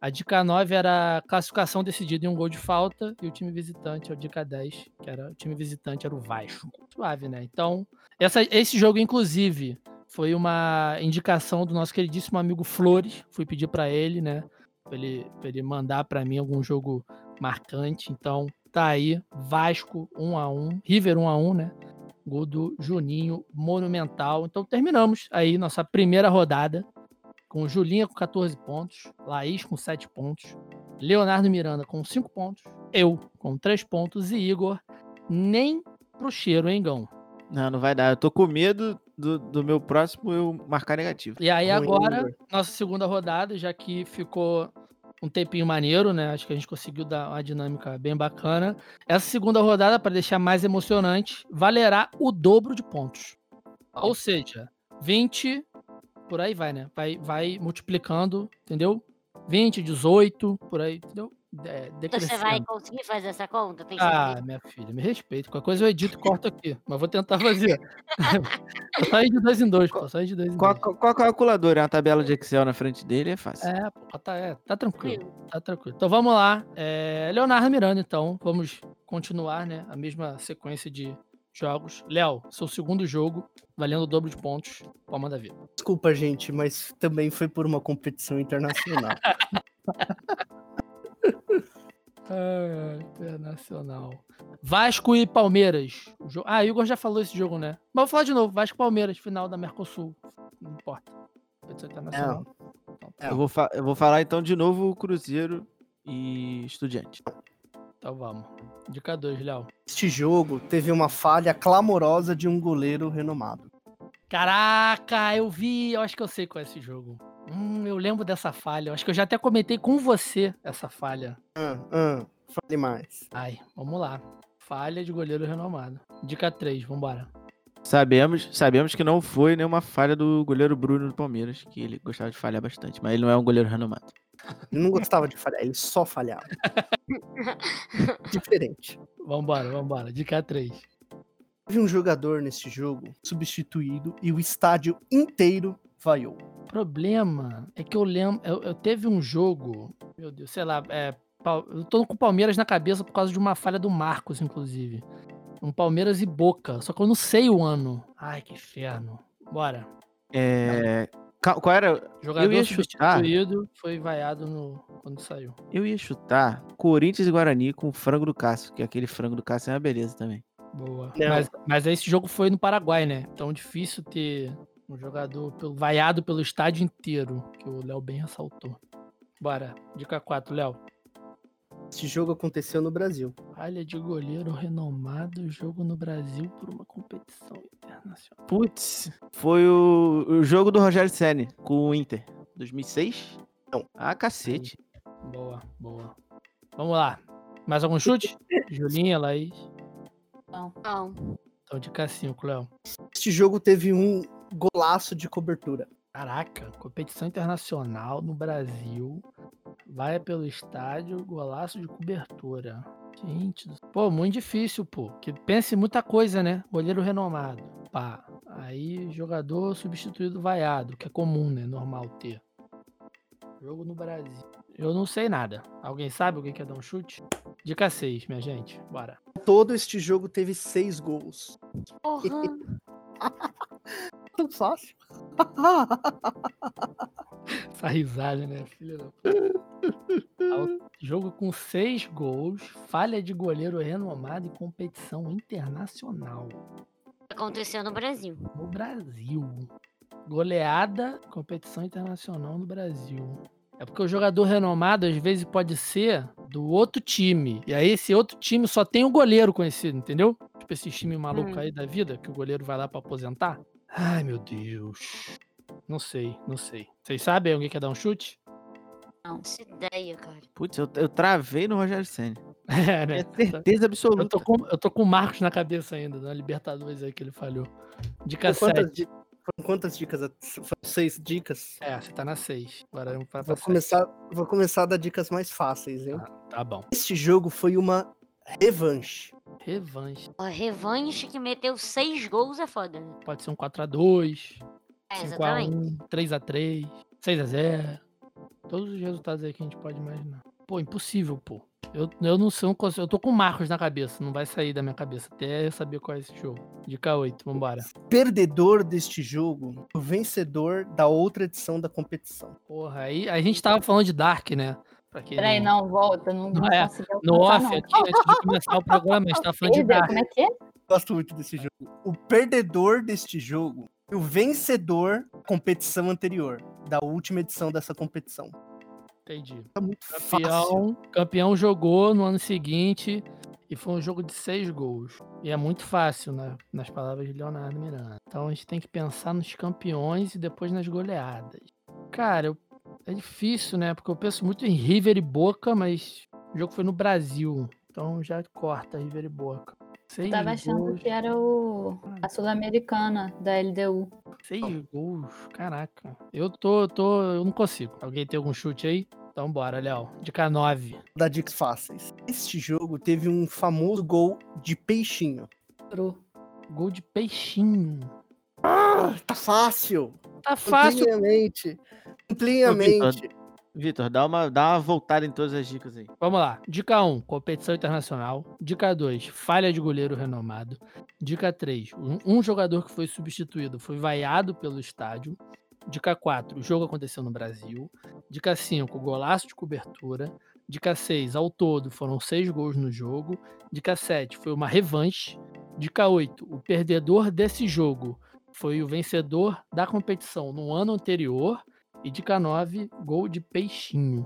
A dica 9 era classificação decidida em um gol de falta, e o time visitante, a dica 10, que era o time visitante, era o Vasco. Suave, né? Então, essa- esse jogo, inclusive, foi uma indicação do nosso queridíssimo amigo Flores. Fui pedir para ele, né? pra ele, pra ele mandar pra mim algum jogo marcante. Então, tá aí. Vasco 1 a 1 River 1 a 1 né? Gol do Juninho Monumental. Então, terminamos aí nossa primeira rodada com Julinha com 14 pontos, Laís com 7 pontos, Leonardo Miranda com 5 pontos, eu com 3 pontos e Igor nem pro cheiro, hein, Gão? Não, não vai dar. Eu tô com medo do, do meu próximo eu marcar negativo. E aí Ruim, agora, Igor. nossa segunda rodada, já que ficou um tempinho maneiro, né? Acho que a gente conseguiu dar uma dinâmica bem bacana. Essa segunda rodada, para deixar mais emocionante, valerá o dobro de pontos. Ou seja, 20, por aí vai, né? Vai, vai multiplicando, entendeu? 20, 18, por aí, entendeu? É, você vai né? decrescendo. conseguir fazer essa conta? Tem Ah, certeza? minha filha, me respeita. Qualquer coisa eu edito e corto aqui. Mas vou tentar [LAUGHS] fazer. só ir de dois em dois, pô. Só ir de dois em Qual, dois. qual, qual calculadora? É uma tabela de Excel na frente dele, é fácil. É, pô, tá, é, tá tranquilo, tá tranquilo. Então vamos lá, é, Leonardo Miranda, então, vamos continuar, né, a mesma sequência de jogos. Léo, seu segundo jogo, valendo o dobro de pontos, pode mandar ver. Desculpa, gente, mas também foi por uma competição internacional. Ah, internacional. Vasco e Palmeiras. O jo- Ah, Igor já falou esse jogo, né? Mas vou falar de novo, Vasco e Palmeiras, final da Mercosul, não importa. Competição internacional. Então, É. Eu, vou fa- eu vou falar então de novo o Cruzeiro e Estudiante. então vamos. Dica 2, Léo. Este jogo teve uma falha clamorosa de um goleiro renomado. Caraca, eu vi, eu acho que eu sei qual é esse jogo. Hum, eu lembro dessa falha. Eu acho que eu já até comentei com você essa falha. Ah, ah, fale mais. Ai, vamos lá. Falha de goleiro renomado. Dica 3, vambora. Sabemos, sabemos que não foi nenhuma falha do goleiro Bruno do Palmeiras, que ele gostava de falhar bastante, mas ele não é um goleiro renomado. Ele não gostava de falhar, ele só falhava. Diferente. Vambora, vambora. Dica 3. Teve um jogador nesse jogo substituído e o estádio inteiro vaiou. O problema é que eu lembro. Eu, eu teve um jogo. Meu Deus, sei lá. é, Pal- eu tô com o Palmeiras na cabeça por causa de uma falha do Marcos, inclusive. Um Palmeiras e Boca. Só que eu não sei o ano. Ai, que inferno. Bora. É, ca- qual era? Jogador ia chutar. substituído foi vaiado no, quando saiu. Eu ia chutar Corinthians e Guarani com o frango do Cássio, que aquele frango do Cássio é uma beleza também. Boa. Não. Mas, mas esse jogo foi no Paraguai, né? Então difícil ter um jogador pelo- vaiado pelo estádio inteiro, que o Léo bem ressaltou. Bora, dica 4, Léo. Esse jogo aconteceu no Brasil. Falha de goleiro renomado, jogo no Brasil por uma competição internacional. Putz, foi o, o jogo do Rogério Senni com o Inter. 2006? Não. Ah, cacete. Boa, boa. Vamos lá. Mais algum [LAUGHS] chute? Julinha, Laís. Não. Então, dica 5, Léo. Este jogo teve um golaço de cobertura. Caraca, competição internacional no Brasil. Vai pelo estádio, golaço de cobertura. Gente, do- pô, muito difícil, pô. Que pense em muita coisa, né? Goleiro renomado. Pá. Aí, jogador substituído vaiado, que é comum, né? Normal ter. Jogo no Brasil. Eu não sei nada. Alguém sabe? Alguém quer dar um chute? Dica 6, minha gente. Bora. Todo este jogo teve seis gols. Porra. Tão fácil. Essa risada, né? Filha da puta. Ao- Jogo com seis gols, falha de goleiro renomado e competição internacional Aconteceu no Brasil. no Brasil. Goleada, competição internacional no Brasil. É porque o jogador renomado às vezes pode ser do outro time. E aí esse outro time só tem o goleiro conhecido, entendeu? Tipo esse time maluco Hum. aí da vida, que o goleiro vai lá pra aposentar. Ai, meu Deus. Não sei, não sei. Vocês sabem? Alguém quer dar um chute? Não, essa ideia, cara. Putz, eu, eu travei no Rogério Senni. É, né? É certeza Eu absoluta. tô, com, eu tô com o Marcos na cabeça ainda, da Libertadores aí que ele falhou. Dica Foram 7. quantas, di- foram quantas dicas? Foram seis dicas? É, você tá na 6. Agora eu pra, pra Vou sete. começar, vou começar a dar dicas mais fáceis, hein? Tá bom. Este jogo foi uma revanche. Revanche. Ó, revanche que meteu seis gols é foda. né? Pode ser um 4x2, É, exatamente. 5x1, 3x3, 6x0. Todos os resultados aí que a gente pode imaginar. Pô, impossível, pô. Eu, eu não sei, eu não consigo- eu tô com o Marcos na cabeça, não vai sair da minha cabeça até eu saber qual é esse jogo. Dica 8, vambora. Perdedor deste jogo, o vencedor da outra edição da competição. Porra, aí a gente tava falando de Dark, né? Pra quem Peraí, não, volta. Não, não, Não é. consegui No alcançar, off, não. aqui, antes de começar o programa, a gente tava falando de Perdeu, Dark. como é que é? Gosto muito desse jogo. O perdedor deste jogo e o vencedor da competição anterior, da última edição dessa competição. Entendi. Tá muito fácil. Campeão, campeão jogou no ano seguinte e foi um jogo de seis gols. E é muito fácil, né? nas palavras de Leonardo Miranda. Então a gente tem que pensar nos campeões e depois nas goleadas. Cara, eu- é difícil, né? Porque eu penso muito em River e Boca, mas o jogo foi no Brasil. Então já corta River e Boca. Seis Eu tava achando gols, que era o... a Sul-Americana da LDU. Seis gols, caraca. Eu tô, eu tô, eu não consigo. Alguém tem algum chute aí? Então bora, Léo. Dica 9. Vou dar dicas fáceis. Este jogo teve um famoso gol de peixinho. Pro. Gol de peixinho. Tá fácil. Tá fácil. Ampliamente. Ampliamente. Vitor, dá uma, dá uma voltada em todas as dicas aí. Vamos lá. Dica 1, competição internacional. Dica 2, falha de goleiro renomado. Dica 3, um, um jogador que foi substituído foi vaiado pelo estádio. Dica 4, o jogo aconteceu no Brasil. Dica 5, golaço de cobertura. Dica 6, ao todo foram seis gols no jogo. Dica 7, foi uma revanche. Dica 8, o perdedor desse jogo foi o vencedor da competição no ano anterior. E dica 9, gol de peixinho.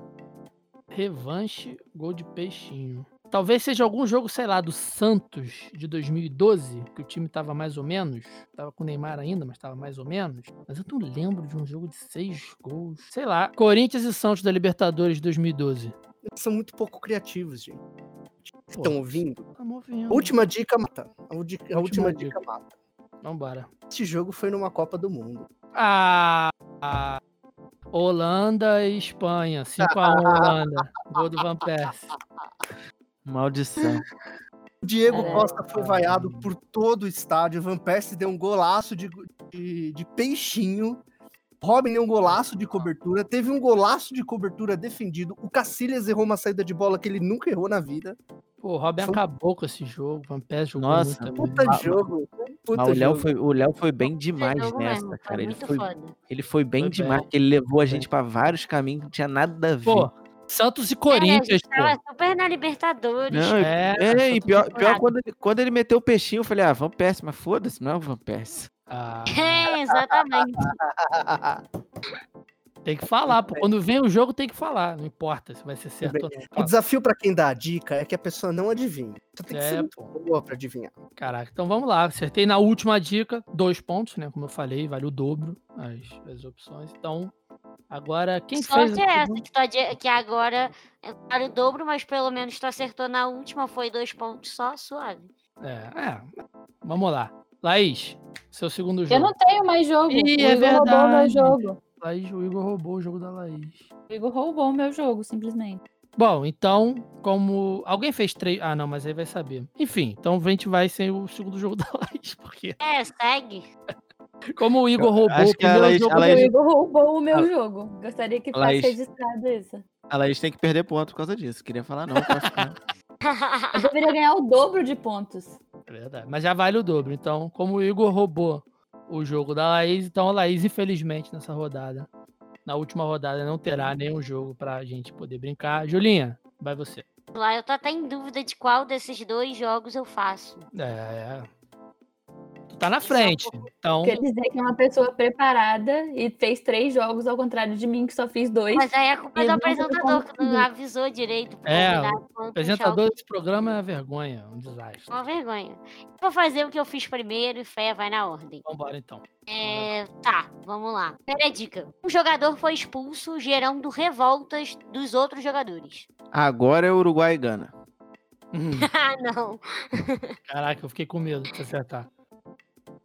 Revanche, gol de peixinho. Talvez seja algum jogo, sei lá, do Santos de 2012, que o time tava mais ou menos. Tava com o Neymar ainda, mas tava mais ou menos. Mas eu não lembro de um jogo de seis gols. Sei lá. Corinthians e Santos da Libertadores de 2012. Eles são muito pouco criativos, gente. Pô, Estão ouvindo? Tá movendo. Última dica mata. A, udi- a última, Última dica. mata. Vambora. Este jogo foi numa Copa do Mundo. Ah, ah, Holanda e Espanha. 5x1 Holanda. Gol do Van Persie. Maldição. [LAUGHS] O Diego Caralho. Costa foi vaiado por todo o estádio. Van Persie deu um golaço de, go- de, de peixinho. Robin deu um golaço de cobertura. Teve um golaço de cobertura defendido. O Cacilhas errou uma saída de bola que ele nunca errou na vida. Pô, o Robin Foi- acabou com esse jogo. Van Persie jogou Nossa, muito também. Puta jogo. Puta Mas o Léo jogo. foi, o Léo foi bem demais Jogo nessa, mesmo, cara. Ele muito foi, foda. ele foi bem Foi bem. demais, porque ele levou a gente pra vários caminhos que não tinha nada a ver. Pô, Santos e Cara, a Corinthians, gente tava super na Libertadores. Não, É, É, e Santos pior, e pior Corinthians. quando, ele, quando ele meteu o peixinho, eu falei, ah, Van Persie, mas foda-se, não é o Van Persie. Ah, [LAUGHS] É, exatamente. tem que falar, pô. Quando vem o jogo, tem que falar. Não importa se vai ser certo bem. ou É não. O Fala. desafio pra quem dá a dica é que a pessoa não adivinha. Você tem que É, ser muito pô. boa pra adivinhar. Caraca, então vamos lá. Acertei na última dica, dois pontos, né? Como eu falei, vale o dobro as, as opções. Então, agora, quem fez. Sorte a é essa, pergunta- que, tu adi- que agora é para o dobro, mas pelo menos tu acertou na última, foi dois pontos só, suave. É, é. Vamos lá. Laís, seu segundo jogo. Eu não tenho mais jogo. Ih, o é Igor roubou meu verdade. jogo. Laís, o Igor roubou o jogo da Laís. O Igor roubou meu jogo, simplesmente. Bom, então, como. Alguém fez três. Ah, não, mas aí vai saber. Enfim, então a gente vai sem o segundo jogo [LAUGHS] da Laís, porque. É, segue. Como o Igor roubou acho o que a primeiro Laís- jogo a O Laís- Mas- Igor roubou o meu Ah. jogo. Gostaria que é Laís. fosse registrado isso. A Laís tem que perder ponto por causa disso. Queria falar não. pra [LAUGHS] ficar- Eu deveria ganhar o dobro de pontos. É verdade. Mas já vale o dobro. Então, como o Igor roubou o jogo da Laís, então a Laís, infelizmente, nessa rodada, na última rodada, não terá nenhum jogo pra gente poder brincar. Julinha, vai você. Lá eu tô até em dúvida de qual desses dois jogos eu faço. É. Tu tá na Isso é um frente. Então, Quer dizer que é uma pessoa preparada e fez três jogos, ao contrário de mim, que só fiz dois. Mas aí é culpa Eu do não apresentador, que não consigo. avisou direito. pro É, convidado quantos apresentador desse programa é uma vergonha, um desastre. jogos. Uma vergonha. Eu Vou fazer o que eu fiz primeiro e fé vai na ordem. Vambora, então. É, tá, vamos lá. Primeira dica. Um jogador foi expulso gerando revoltas dos outros jogadores. [LAUGHS] Agora é Uruguai e Gana. ah, não. [LAUGHS] Caraca, eu fiquei com medo de acertar.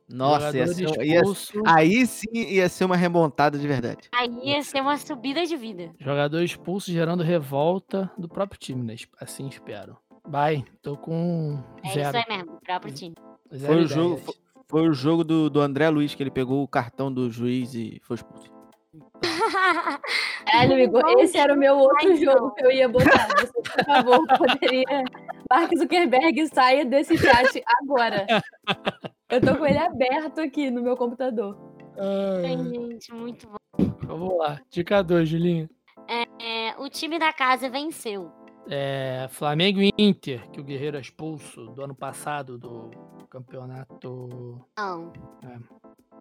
Nossa, ia Jogador ser, um- ia- expulso, aí sim ia ser uma remontada de verdade. Aí ia ser uma subida de vida. Ah. jogador expulso gerando revolta do próprio time, né? Assim espero. Vai, tô com É isso zero. aí mesmo, próprio time. zero Foi o ideias. jogo, foi, foi o jogo do, do André Luiz que ele pegou o cartão do juiz e foi expulso. Caralho, Igor, Não, esse era o meu outro não. jogo que eu ia botar. Você, por favor, [LAUGHS] poderia. Mark Zuckerberg, saia desse chat agora. Eu tô com ele aberto aqui no meu computador. Ai, gente, muito bom. Então, Vamos lá. Dica 2, Julinho. É, o time da casa venceu. É, Flamengo e Inter, que o Guerreiro é expulso do ano passado do campeonato. Não.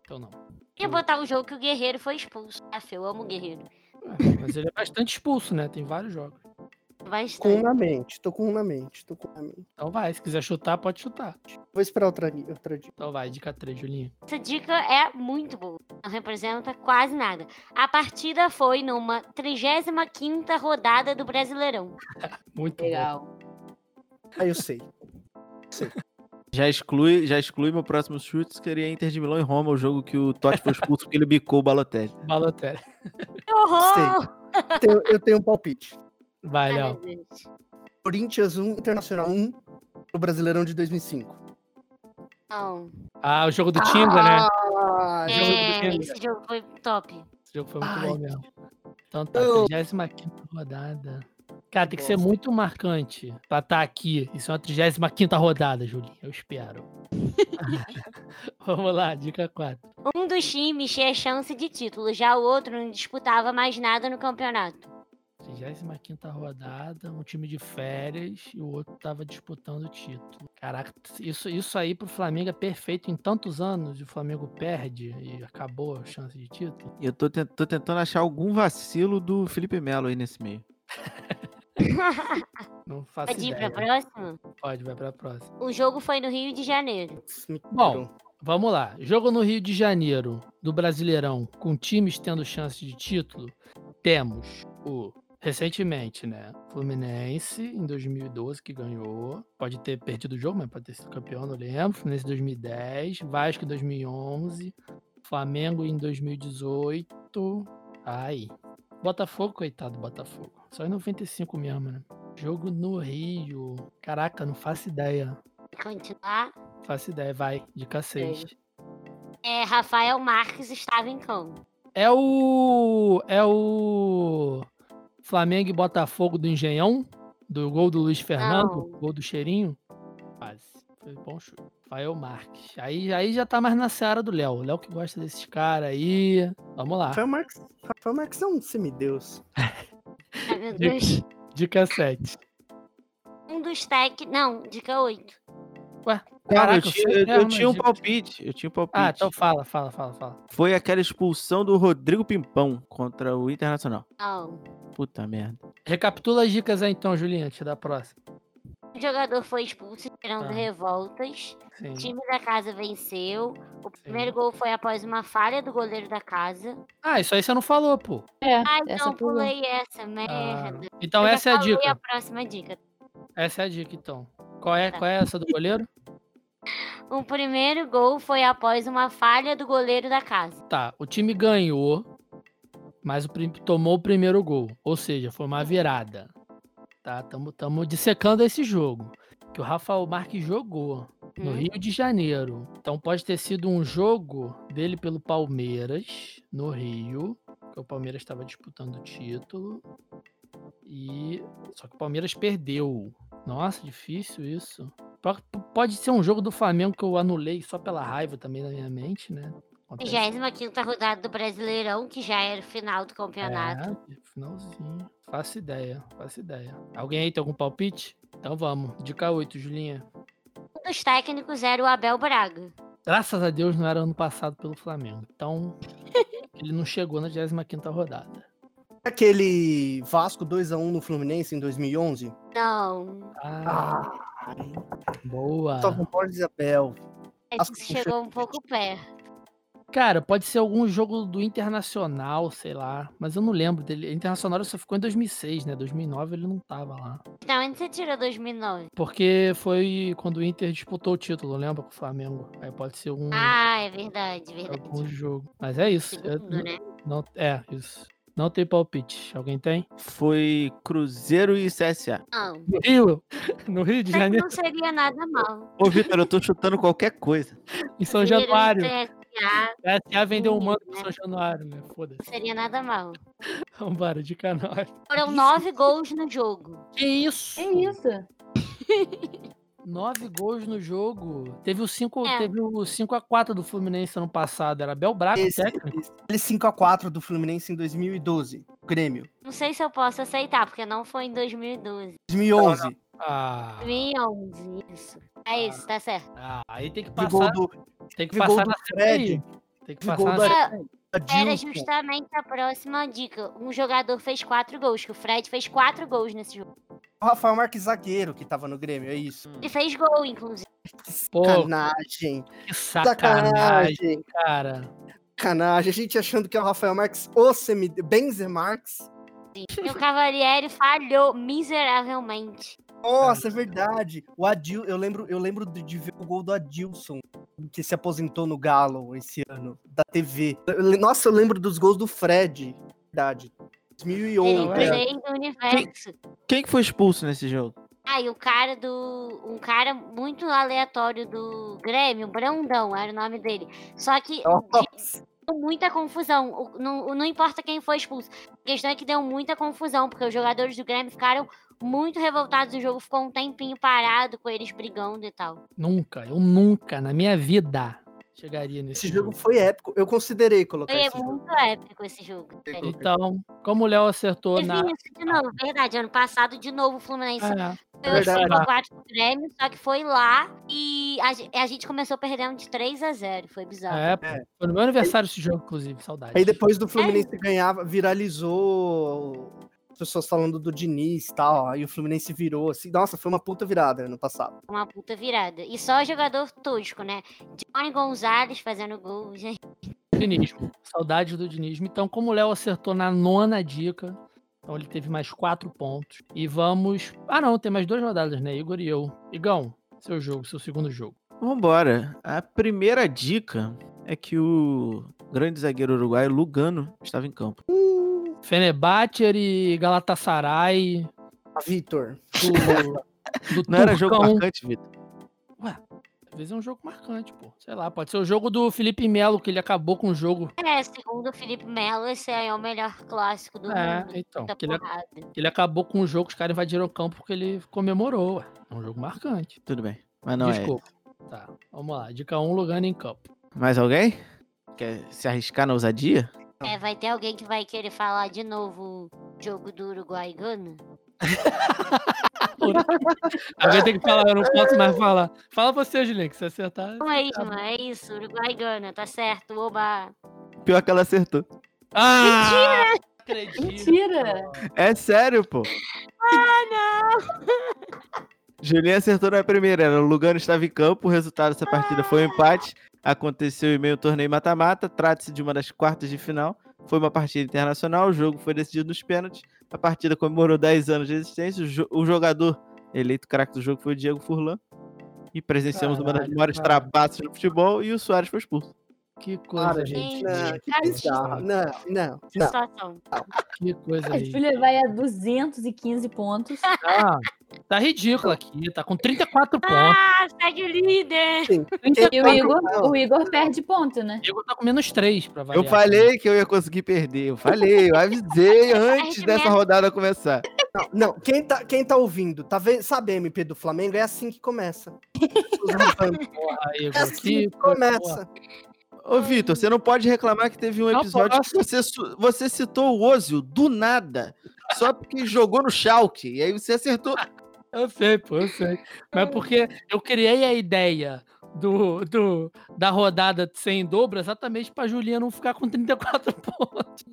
Então não. Ia botar o jogo que o Guerreiro foi expulso. Aff, eu amo o Guerreiro. É, Mas ele é bastante expulso, né? Tem vários jogos. Com um Bastante. na mente, tô com um na mente, tô com um na mente. Então vai, se quiser chutar, pode chutar. Vou esperar outra, li- outra dica. Então vai, dica 3, Julinho. Essa dica é muito boa. Não representa quase nada. A partida foi numa 35ª rodada do Brasileirão. Muito bom. Legal. Ah, eu sei. Já exclui, já exclui meu próximo chute, que seria Inter de Milão e Roma, o jogo que o Totti foi expulso porque ele bicou o Balotelli. Balotelli. Que horror! Tenho- eu tenho um palpite. Vai, Ai, Léo. meu Deus. Corinthians 1, Internacional 1, pro Brasileirão de 2005. Não. Ah, o jogo do Tinga, né? Ah, jogo do Então, É, Flamengo. esse jogo foi top. Esse jogo foi muito Ai, bom mesmo. Então tá, eu- 35 rodada. Cara, tem que ser Gosto. muito marcante pra estar aqui. Isso é uma 35 rodada, Julinho. Eu [LAUGHS] espero. [LAUGHS] Vamos lá, dica 4. Um dos times tinha chance de título, já o outro não disputava mais nada no campeonato. 35 rodada, um time de férias e o outro tava disputando o título. Caraca, isso, isso aí pro Flamengo é perfeito em tantos anos e o Flamengo perde e acabou a chance de título. [LAUGHS] E eu tô, ten- tô tentando achar algum vacilo do Felipe Melo aí nesse meio. Não faço Pode ir pra ideia. próxima? Pode, vai pra próxima. O jogo foi no Rio de Janeiro. me Bom, Vamos lá. Jogo no Rio de Janeiro do Brasileirão com times tendo chance de título. Temos o recentemente, né? Fluminense em 2012 que ganhou. Pode ter perdido o jogo, mas pode ter sido campeão, não lembro. Fluminense em 2010, Vasco em 2011, Flamengo em 2018. Ai. Botafogo, coitado do Botafogo. Só em 95 mesmo, né? Jogo no Rio. Caraca, não faço ideia. Continuar. Faço ideia, vai. Dica 6. É, Rafael Marques estava em campo. É o. É o. Flamengo e Botafogo do Engenhão? Do gol do Luiz Fernando? Gol do Cheirinho? Quase. Foi bom chute. Fael Marques. Aí, aí já tá mais na seara do Léo. O Léo que gosta desses caras aí. Vamos lá. Rafael Marques, Rafael Marques é um semideus. Ai, meu Dica- Deus. Dica 7. Um dos técnicos. Não, dica 8. Cara, eu Caraca, eu tinha, sei eu- eu mesmo, tinha um gente. palpite. Eu tinha um palpite. Ah, então fala, fala, fala, fala. Foi aquela expulsão do Rodrigo Pimpão contra o Internacional. Não. Puta merda. Recapitula as dicas aí então, Julinha, antes da próxima. O jogador foi expulso, gerando Tá. revoltas. O Sim. time da casa venceu. O primeiro gol foi após uma falha do goleiro da casa. Ah, isso aí você não falou, pô. É, Ai, essa não, pulou. pulei essa, Ah, merda. então Eu já essa é a falei dica. a próxima dica. Essa é a dica, então. Qual é, qual é essa do goleiro? O primeiro gol foi após uma falha do goleiro da casa. Tá, o time ganhou, mas o prim- tomou o primeiro gol. Ou seja, foi uma virada. Tá, tamo, tamo dissecando esse jogo. Que o Rafael Marques jogou no Hum? Rio de Janeiro. Então pode ter sido um jogo dele pelo Palmeiras, no Rio. Porque o Palmeiras estava disputando o título. E. Só que o Palmeiras perdeu. Nossa, difícil isso. Po- Pode ser um jogo do Flamengo que eu anulei só pela raiva também na minha mente, né? Acontece. 25 rodada do Brasileirão, que já era o final do campeonato. É, finalzinho. Faço ideia, faço ideia. Alguém aí tem algum palpite? Então vamos. Dica 8, Julinha. Um dos técnicos era o Abel Braga. Graças a Deus não era ano passado pelo Flamengo. [LAUGHS] Então, ele não chegou na 25 rodada. Aquele Vasco 2x1 no Fluminense em 2011. Não. Ah, boa. Ah. Tava com Borges e Isabel. A Nossa, É gente chegou um pouco perto. Cara, pode ser algum jogo do Internacional, sei lá. Mas eu não lembro dele. Internacional ele só ficou em 2006, né? 2009 ele não tava lá. Da onde você tirou 2009? Porque foi quando o Inter disputou o título, lembra? Com o Flamengo. Aí pode ser um, Ah, é verdade, verdade. algum jogo. Mas é isso. Eu- Segundo, né? não, é, isso. Não tem palpite. Alguém tem? Foi Cruzeiro e CSA. [LAUGHS] Não. No Rio! No Rio [LAUGHS] de Até que Janeiro, não seria nada [LAUGHS] mal. Ô, Vitor, eu tô chutando qualquer coisa. em São Primeiro Januário. CSA, CSA vendeu um Menino, mano pro né? São Januário, né? Foda-se. [LAUGHS] Seria nada mal. Vambora, de canal. Foram nove gols no jogo. Que isso? Que É isso? Nove gols no jogo. Teve o 5 É. teve o 5 a 4 do Fluminense ano passado, era Bel Braco, Esse, técnico. Aquele 5x4 do Fluminense em 2012, Grêmio. Não sei se eu posso aceitar, porque não foi em 2012. 2011, Ah, 2011, isso. É isso, tá certo. ah, aí tem que de gol passar, do tem que de gol passar do na Fred. CPI. Tem que de gol passar na do É, era Adilson. justamente a próxima dica. Um jogador fez quatro gols, que o Fred fez quatro gols nesse jogo. O Rafael Marques zagueiro que tava no Grêmio, é isso. Ele fez gol, inclusive. Pô, Sacanagem. que sacanagem, Sacanagem. cara. Sacanagem. A gente achando que é o Rafael Marques ou semi... Benzer Marques. E o Cavalieri falhou miseravelmente. Nossa, é verdade. O Adil, eu lembro, eu lembro de, de ver o gol do Adilson, que se aposentou no Galo esse ano, da TV. Eu le- nossa, eu lembro dos gols do Fred. Verdade. Ele 2011. Quem- né? rei do universo. Quem que foi expulso nesse jogo? Ah, e o cara do. Um cara muito aleatório do Grêmio, Brandão, era o nome dele. Só que Nossa. deu muita confusão. O- Não, o- não importa quem foi expulso. A questão é que deu muita confusão, porque os jogadores do Grêmio ficaram muito revoltados. O jogo ficou um tempinho parado com eles brigando e tal. Nunca, eu nunca na minha vida chegaria nesse Esse jogo foi épico. Eu considerei colocar Foi esse jogo. muito épico esse jogo. sério. Então, como o Léo acertou Teve na isso de novo, verdade. Ano passado, de novo, o Fluminense Ah, Foi o Verdade. 5x4 do Grêmio, só que foi lá e a, ge- a gente começou perdendo de 3x0. Foi bizarro. é, pô, foi no meu aniversário esse jogo, inclusive, saudade. Aí depois É. do Fluminense ganhava, viralizou as pessoas falando do Diniz e tal. Aí o Fluminense virou assim. Nossa, foi uma puta virada ano passado. Uma puta virada. E só jogador tosco, né? Johnny Gonzalez fazendo gol. gente. [LAUGHS] Dinismo. Saudades do dinismo. Então, como o Léo acertou na nona dica, então ele teve mais quatro pontos. E vamos. Ah, não, tem mais duas rodadas, né? Igor e eu. Igão, seu jogo, seu segundo jogo. Vambora. A primeira dica é que o grande zagueiro uruguaio Lugano estava em campo. Fenerbahçe e Galatasaray. A Ah, Vitor. [LAUGHS] Do, do Não era jogo Turcão. marcante, Vitor. Às vezes é um jogo marcante, pô. Sei lá, pode ser o jogo do Felipe Melo, que ele acabou com o jogo. É, segundo o Felipe Melo, esse aí é o melhor clássico do mundo. É, então. Da Que ele, porrada. que ele acabou com o jogo, os caras invadiram o campo porque ele comemorou. Ué. É um jogo marcante. Tudo bem. Mas não é. Desculpa. Tá, vamos lá. Dica 1, um, Lugano em campo. [LAUGHS] Mais alguém? Quer se arriscar na ousadia? É, vai ter alguém que vai querer falar de novo o jogo do Uruguai e Gana? Alguém tem que falar, eu não posso mais falar. Fala você, Julinho, que se acertar. Não é isso, mano, é isso. Uruguai e Gana, tá certo. Oba. Pior que ela acertou. Ah, Mentira! Mentira! É sério, pô. Ah, não! Julinho acertou na primeira. Era o Lugano estava em campo. O resultado dessa partida foi um empate. Aconteceu em meio ao torneio mata-mata. Trata-se de uma das quartas de final. Foi uma partida internacional. O jogo foi decidido nos pênaltis. A partida comemorou 10 anos de existência. O, jo- o jogador eleito craque do jogo foi o Diego Furlan. E presenciamos uma das Caralho, maiores cara. trapaças no futebol. E o Soares foi expulso. Que coisa, Para, gente. Não, Ah, que Cara, bizarro. Não, não, não. Situação. Que coisa A aí. Júlia vai a 215 [LAUGHS] pontos. Tá, tá ridículo aqui. Tá com 34 pontos. Ah, segue o líder! E o Igor, o Igor perde ponto, né? O Diego tá com menos 3 pra Eu variar. falei que eu ia conseguir perder. Eu falei, eu avisei antes Perde dessa mesmo. rodada começar. Não, não, quem tá, quem tá ouvindo, tá vendo, sabe a MP do Flamengo? É assim que começa. Porra, É Igor. assim Que coisa, que porra. começa. Ô, Vitor, você não pode reclamar que teve um Não episódio que posso. você, su- você citou o Ozil do nada, só porque jogou no Schalke, e aí [LAUGHS] você acertou. Eu sei, pô, eu sei. Mas porque eu criei a ideia do, do, da rodada sem dobro exatamente pra Julinha não ficar com 34 [LAUGHS] pontos.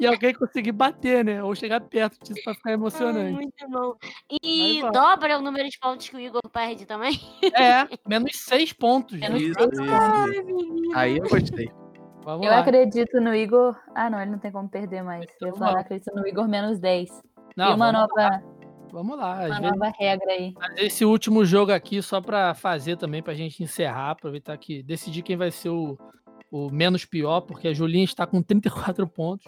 E alguém conseguir bater, né? Ou chegar perto disso pra ficar Ah, emocionante. Muito bom. E Vai, vai. dobra o número de pontos que o Igor perde também. [LAUGHS] É, menos 6 pontos. Menos gente. Isso, isso. menino. Aí eu gostei. vamos Eu lá. acredito no Igor. Ah, não, ele não tem como perder mais. Então eu vou falar, vamos. acredito no Igor menos 10. Não, e uma vamos, nova, vamos lá. Às uma vezes- nova regra aí. Mas esse último jogo aqui, só pra fazer também, pra gente encerrar, aproveitar que decidir quem vai ser o, o menos pior, porque a Julinha está com 34 [LAUGHS] pontos,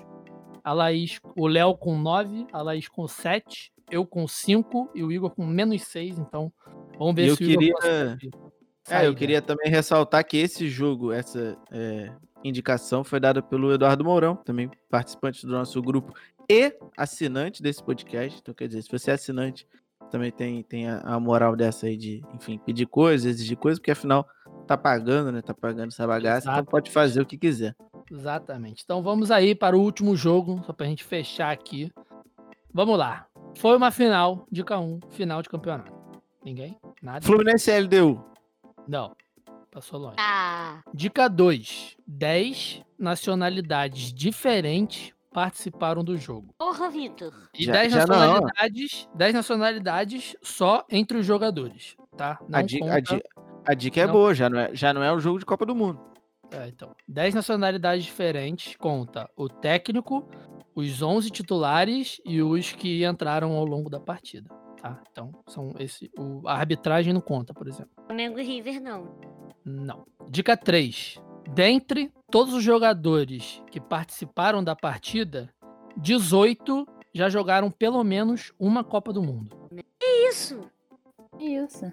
a Laís, o Léo com 9, a Laís com 7, eu com 5 e o Igor com menos 6, então vamos ver E eu se o Igor queria- consegue É, sair, eu né? queria também ressaltar que esse jogo, essa é, indicação foi dada pelo Eduardo Mourão, também participante do nosso grupo e assinante desse podcast. Então, quer dizer, se você é assinante, também tem, tem a, a moral dessa aí de, enfim, pedir coisas, exigir coisas, porque afinal tá pagando, né? Tá pagando essa bagaça, então Exato. pode fazer o que quiser. Exatamente. Então vamos aí para o último jogo, só pra gente fechar aqui. Vamos lá. Foi uma final, dica 1, final de campeonato. Ninguém? Nada? Fluminense e LDU. Não. Passou longe. Ah, Dica 2. 10 nacionalidades diferentes participaram do jogo. porra, Vitor. E Já- 10 já não. é nacionalidades, 10 nacionalidades só entre os jogadores, tá? A dica, a conta- di- a dica é Não. boa, já não é, já não é um jogo de Copa do Mundo. É, então, 10 nacionalidades diferentes conta o técnico, os 11 titulares e os que entraram ao longo da partida, tá? Então, são esse o a arbitragem não conta, por exemplo. Flamengo e River, não. Não. Dica 3. Dentre todos os jogadores que participaram da partida, 18 já jogaram pelo menos uma Copa do Mundo. Isso. É Isso.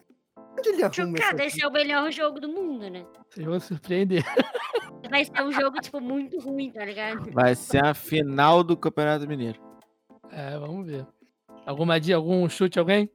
Onde ele arruma Chocada, esse essa... é o melhor jogo do mundo, né? Vocês vão surpreender. [LAUGHS] Vai ser um jogo, tipo, muito ruim, tá [LAUGHS] ligado? Vai ser a final do Campeonato Mineiro. É, vamos ver. Alguma dia, algum chute, alguém?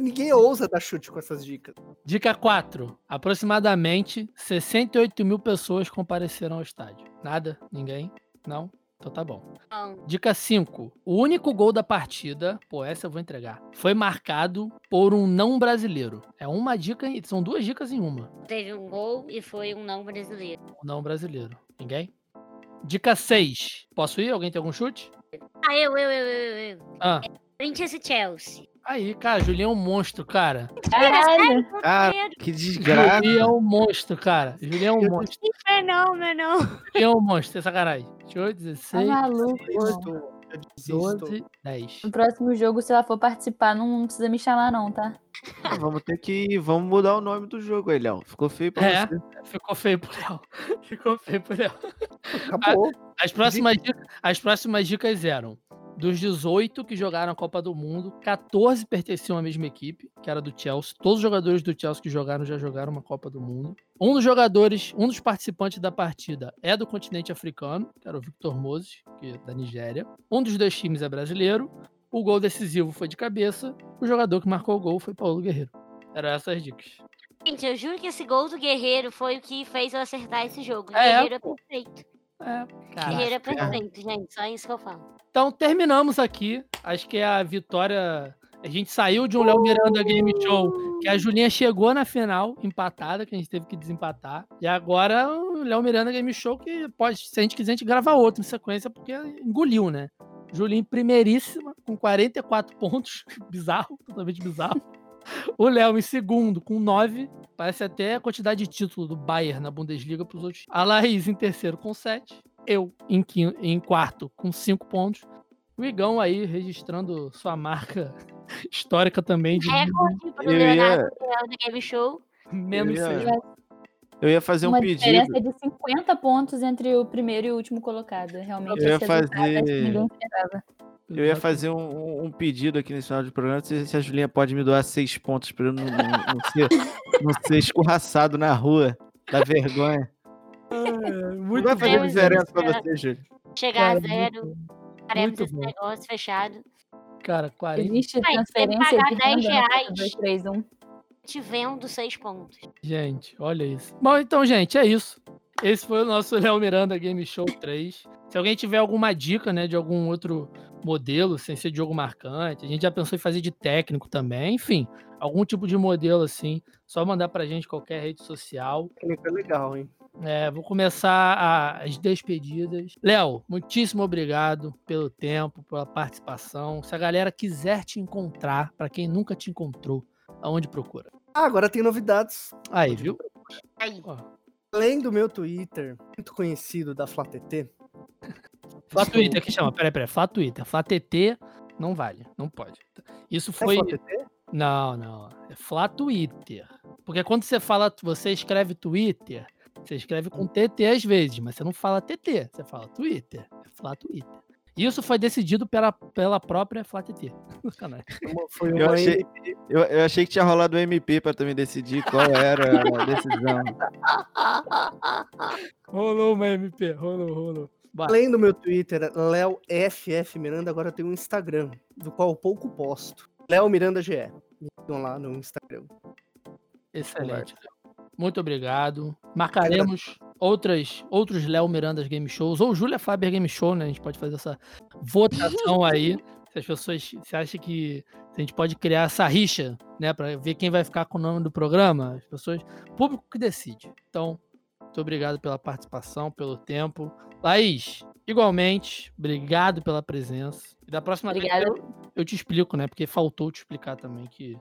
Ninguém ousa dar chute com essas dicas. Dica 4. Aproximadamente 68 mil pessoas compareceram ao estádio. Nada? Ninguém? Não? Então tá bom. Bom, Dica 5. O único gol da partida, pô, essa eu vou entregar, foi marcado por um não brasileiro. É uma dica, em- são duas dicas em uma. teve um gol e foi um não brasileiro. Um não brasileiro. Ninguém? Dica 6. Posso ir? Alguém tem algum chute? Ah, eu, eu, eu, eu, eu. É, Ah, Corinthians e Chelsea. aí, cara, Julião é um monstro, cara. Caralho! Ponto Ah. Cara, primeiro. que desgraça. Julião é um monstro, cara. Julião é um monstro. É não, não, é não. Julião é um monstro, é sacanagem. 18, Tá 16, maluco, irmão. Desisto, eu desisto. 12, 10. No próximo jogo, se ela for participar, não precisa me chamar, não, tá? Ah, Vamos ter que. Vamos mudar o nome do jogo aí, Léo. Ficou feio pra É. você. Ficou feio pro Léo. [LAUGHS] Ficou feio pro Léo. Acabou. As próximas, dicas, as próximas dicas eram: dos 18 que jogaram a Copa do Mundo, 14 pertenciam à mesma equipe, que era do Chelsea. Todos os jogadores do Chelsea que jogaram já jogaram uma Copa do Mundo. Um dos jogadores, um dos participantes da partida é do continente africano, que era o Victor Moses, que é da Nigéria. Um dos dois times é brasileiro. O gol decisivo foi de cabeça. O jogador que marcou o gol foi Paulo Guerreiro. Eram essas dicas. Gente, eu juro que esse gol do Guerreiro foi o que fez eu acertar esse jogo. É, Guerreiro é pô. perfeito. É, Guerreiro é cara. perfeito, gente. Só isso que eu falo. Então terminamos aqui. Acho que é a vitória. A gente saiu de um Léo Miranda Game Show, que a Julinha chegou na final, empatada, que a gente teve que desempatar. E agora o Léo Miranda Game Show, que pode, se a gente quiser, a gente grava outro em sequência, porque engoliu, né? Julinha em primeiríssima, com 44 pontos. [LAUGHS] Bizarro, totalmente bizarro. O Léo em segundo, com 9. Parece até a quantidade de título do Bayern na Bundesliga para os outros. A Laís em terceiro, com 7. Eu em, quin- em quarto, com 5 pontos. O Igão aí registrando sua marca [LAUGHS] histórica também de Recorde pro Eu Leonardo ia, Leal do Game Show. menos eu ia- seis. eu ia fazer um Uma pedido. diferença de 50 pontos entre o primeiro e o último colocado. Realmente, Eu ia esse resultado acho que fazer- ninguém esperava. Eu ia fazer um, um- um pedido aqui nesse final de programa. Se, se a Julinha pode me doar seis pontos pra eu não, não- não ser, não ser escorraçado na rua. Da vergonha. Não Muito vai fazer bom. diferença É pra É. você, Júlio. Chegar Cara, a zero. Faremos muito esse bom. negócio fechado. Cara, 40. Existe Vai, você transferência pagar de 10 renda na Copa reais. 231. Te vendo seis [LAUGHS] pontos. Gente, olha isso. Bom, então, gente, é isso. Esse foi o nosso [LAUGHS] Léo Miranda Game Show 3. Se alguém tiver alguma dica, né, de algum outro modelo, sem ser de jogo marcante, a gente já pensou em fazer de técnico também, enfim, algum tipo de modelo assim, só mandar pra gente qualquer rede social. Clínica é legal, hein? É, vou começar a- as despedidas. Léo, muitíssimo obrigado pelo tempo, pela participação. Se a galera quiser te encontrar, pra quem nunca te encontrou, aonde procura? Ah, agora tem novidades. Aí, viu? Aí. Ó, Além do meu Twitter, muito conhecido da FlaTT. Flá Twitter que chama, peraí, peraí, Flá Twitter. Flá TT não vale, não pode. Isso É foi. FlaTT? Não, não. É Flá Twitter. Porque quando você fala, você escreve Twitter, você escreve com TT às vezes, mas você não fala TT, você fala Twitter. É Flá Twitter. Isso foi decidido pela, pela própria Flá TT. [LAUGHS] Sacanagem. Uma- Foi Eu uma achei, eu, eu achei que tinha rolado o MP pra também decidir qual era [LAUGHS] a decisão. Rolou uma MP, rolou, rolou. Além do meu Twitter, Léo FF Miranda, agora eu tenho um Instagram, do qual eu pouco posto. Léo Miranda GE. Me sigam lá no Instagram. Excelente. Muito obrigado. Marcaremos outras, outros Léo Mirandas Game Shows ou Júlia Faber Game Show, né? A gente pode fazer essa votação aí. Se as pessoas se acham que a gente pode criar essa rixa, né? Pra ver quem vai ficar com o nome do programa. As pessoas. O público que decide. Então, muito obrigado pela participação, pelo tempo. Laís, igualmente, obrigado pela presença. E da tá próxima vez Obrigada. eu- eu te explico, né? Porque faltou te explicar também que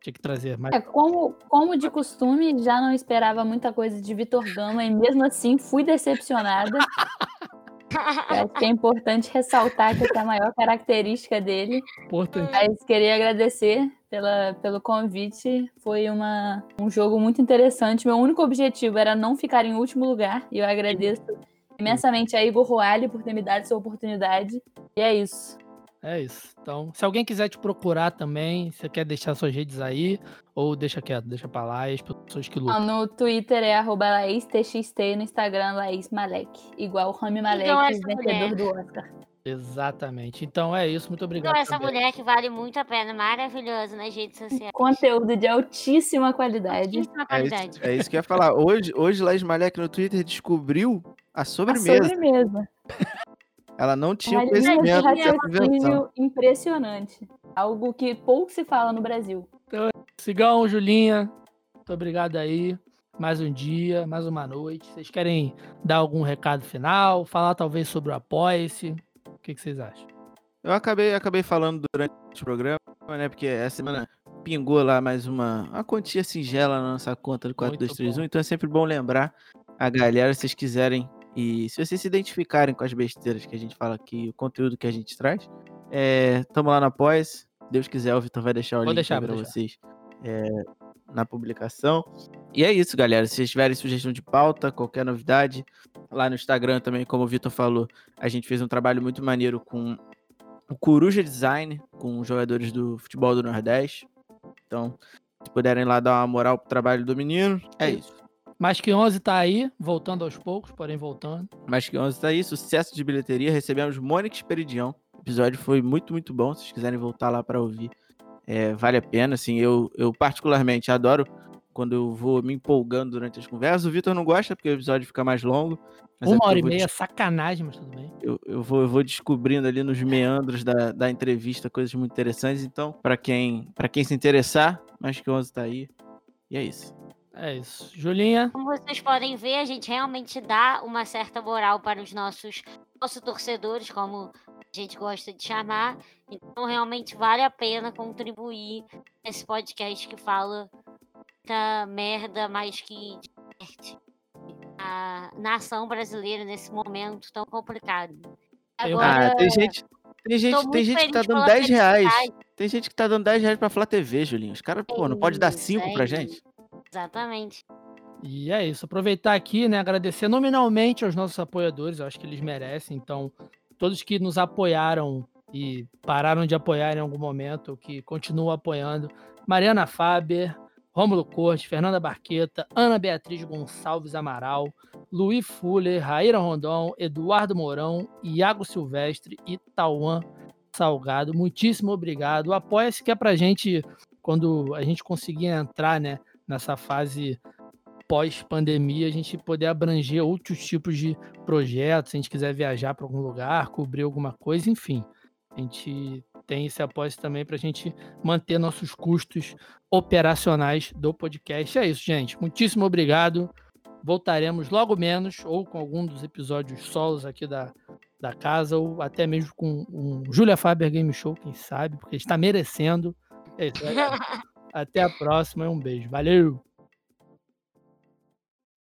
tinha que trazer mais. É, como, como de costume, já não esperava muita coisa de Vitor Gama e mesmo assim fui [LAUGHS] decepcionada. Eu Acho que é importante ressaltar que essa é a maior característica dele. Importante. Mas queria agradecer pela, pelo convite. Foi uma, um jogo muito interessante. Meu único objetivo era não ficar em último lugar. E eu agradeço imensamente a Igor Roalho por ter me dado essa oportunidade. E é isso. É isso. Então, se alguém quiser te procurar também, você quer deixar suas redes aí, ou deixa quieto, deixa pra lá, e as pessoas que Ah, lutam. No Twitter é arroba LaísTXT, no Instagram Laís Malek. Igual Rami Malek, Então, essa vencedor do Oscar. Exatamente. Então é isso, muito obrigado. Então, essa também. mulher que vale muito a pena, maravilhosa nas redes sociais. Conteúdo de altíssima qualidade. Altíssima É qualidade. isso, é isso que eu ia falar. Hoje, hoje Laís Malek no Twitter descobriu a A sobremesa. sobremesa. Ela não tinha o Uma linha de conhecimento dessa invenção. raciocínio impressionante. Algo que pouco se fala no Brasil. Sigão, Julinha, muito obrigado aí. Mais um dia, mais uma noite. Vocês querem dar algum recado final? Falar talvez sobre o Apoia-se? O que, que vocês acham? Eu acabei, acabei falando durante o programa, né? Porque essa semana pingou lá mais uma, uma quantia singela na nossa conta do Muito 4231. bom. Então é sempre bom lembrar a galera, se vocês quiserem. E se vocês se identificarem com as besteiras que a gente fala aqui, o conteúdo que a gente traz, é, tamo lá na pós. Deus quiser, o Vitor vai deixar o Vou link deixar, aí pra vou deixar. vocês é, na publicação. E é isso, galera. Se vocês tiverem sugestão de pauta, qualquer novidade, lá no Instagram também, como o Vitor falou, a gente fez um trabalho muito maneiro com o Coruja Design, com os jogadores do futebol do Nordeste. Então, se puderem lá dar uma moral pro trabalho do menino, é isso. Mais que 11 tá aí, voltando aos poucos, porém voltando. Mas que 11 tá aí, sucesso de bilheteria. Recebemos Mônica Esperidião. O episódio foi muito, muito bom. Se vocês quiserem voltar lá pra ouvir, é, vale a pena. Assim, eu, eu particularmente adoro quando eu vou me empolgando durante as conversas. O Vitor não gosta porque o episódio fica mais longo. mas é uma porque hora e eu vou meia, sacanagem, mas tudo bem. eu, eu vou, eu vou descobrindo ali nos meandros da, da entrevista coisas muito interessantes. Então, pra quem, pra quem se interessar, mais que 11 tá aí. E é isso. É isso. Julinha, Como vocês podem ver, a gente realmente dá uma certa moral para os nossos, nossos torcedores, como a gente gosta de chamar. Então, realmente vale a pena contribuir nesse podcast que fala muita merda, mas que diverte a nação brasileira nesse momento tão complicado. Tem um- Agora, Ah, tem gente, tem gente, muito tem gente que feliz tá dando pela 10 reais. felicidade. Tem gente que tá dando 10 reais pra Flá TV, Julinho. Os caras, pô, não pode dar Isso, 5 é pra isso. gente? Exatamente. E é isso. Aproveitar aqui, né? Agradecer nominalmente aos nossos apoiadores. Eu acho que eles merecem. Então, todos que nos apoiaram e pararam de apoiar em algum momento, que continuam apoiando. Mariana Faber, Rômulo Corte, Fernanda Barqueta, Ana Beatriz Gonçalves Amaral, Luiz Fuller, Raíra Rondon, Eduardo Mourão, Iago Silvestre e Tauan Salgado. Muitíssimo obrigado. Apoia-se que é pra gente, quando a gente conseguir entrar, né? Nessa fase pós-pandemia a gente poder abranger outros tipos de projetos, se a gente quiser viajar para algum lugar, cobrir alguma coisa, enfim. A gente tem esse apoio também para a gente manter nossos custos operacionais do podcast. É isso, gente. Muitíssimo obrigado. Voltaremos logo menos, ou com algum dos episódios solos aqui da, da casa, ou até mesmo com um Júlia Faber Game Show, quem tá É sabe, porque está merecendo. É isso, galera. até a próxima e um beijo. Valeu!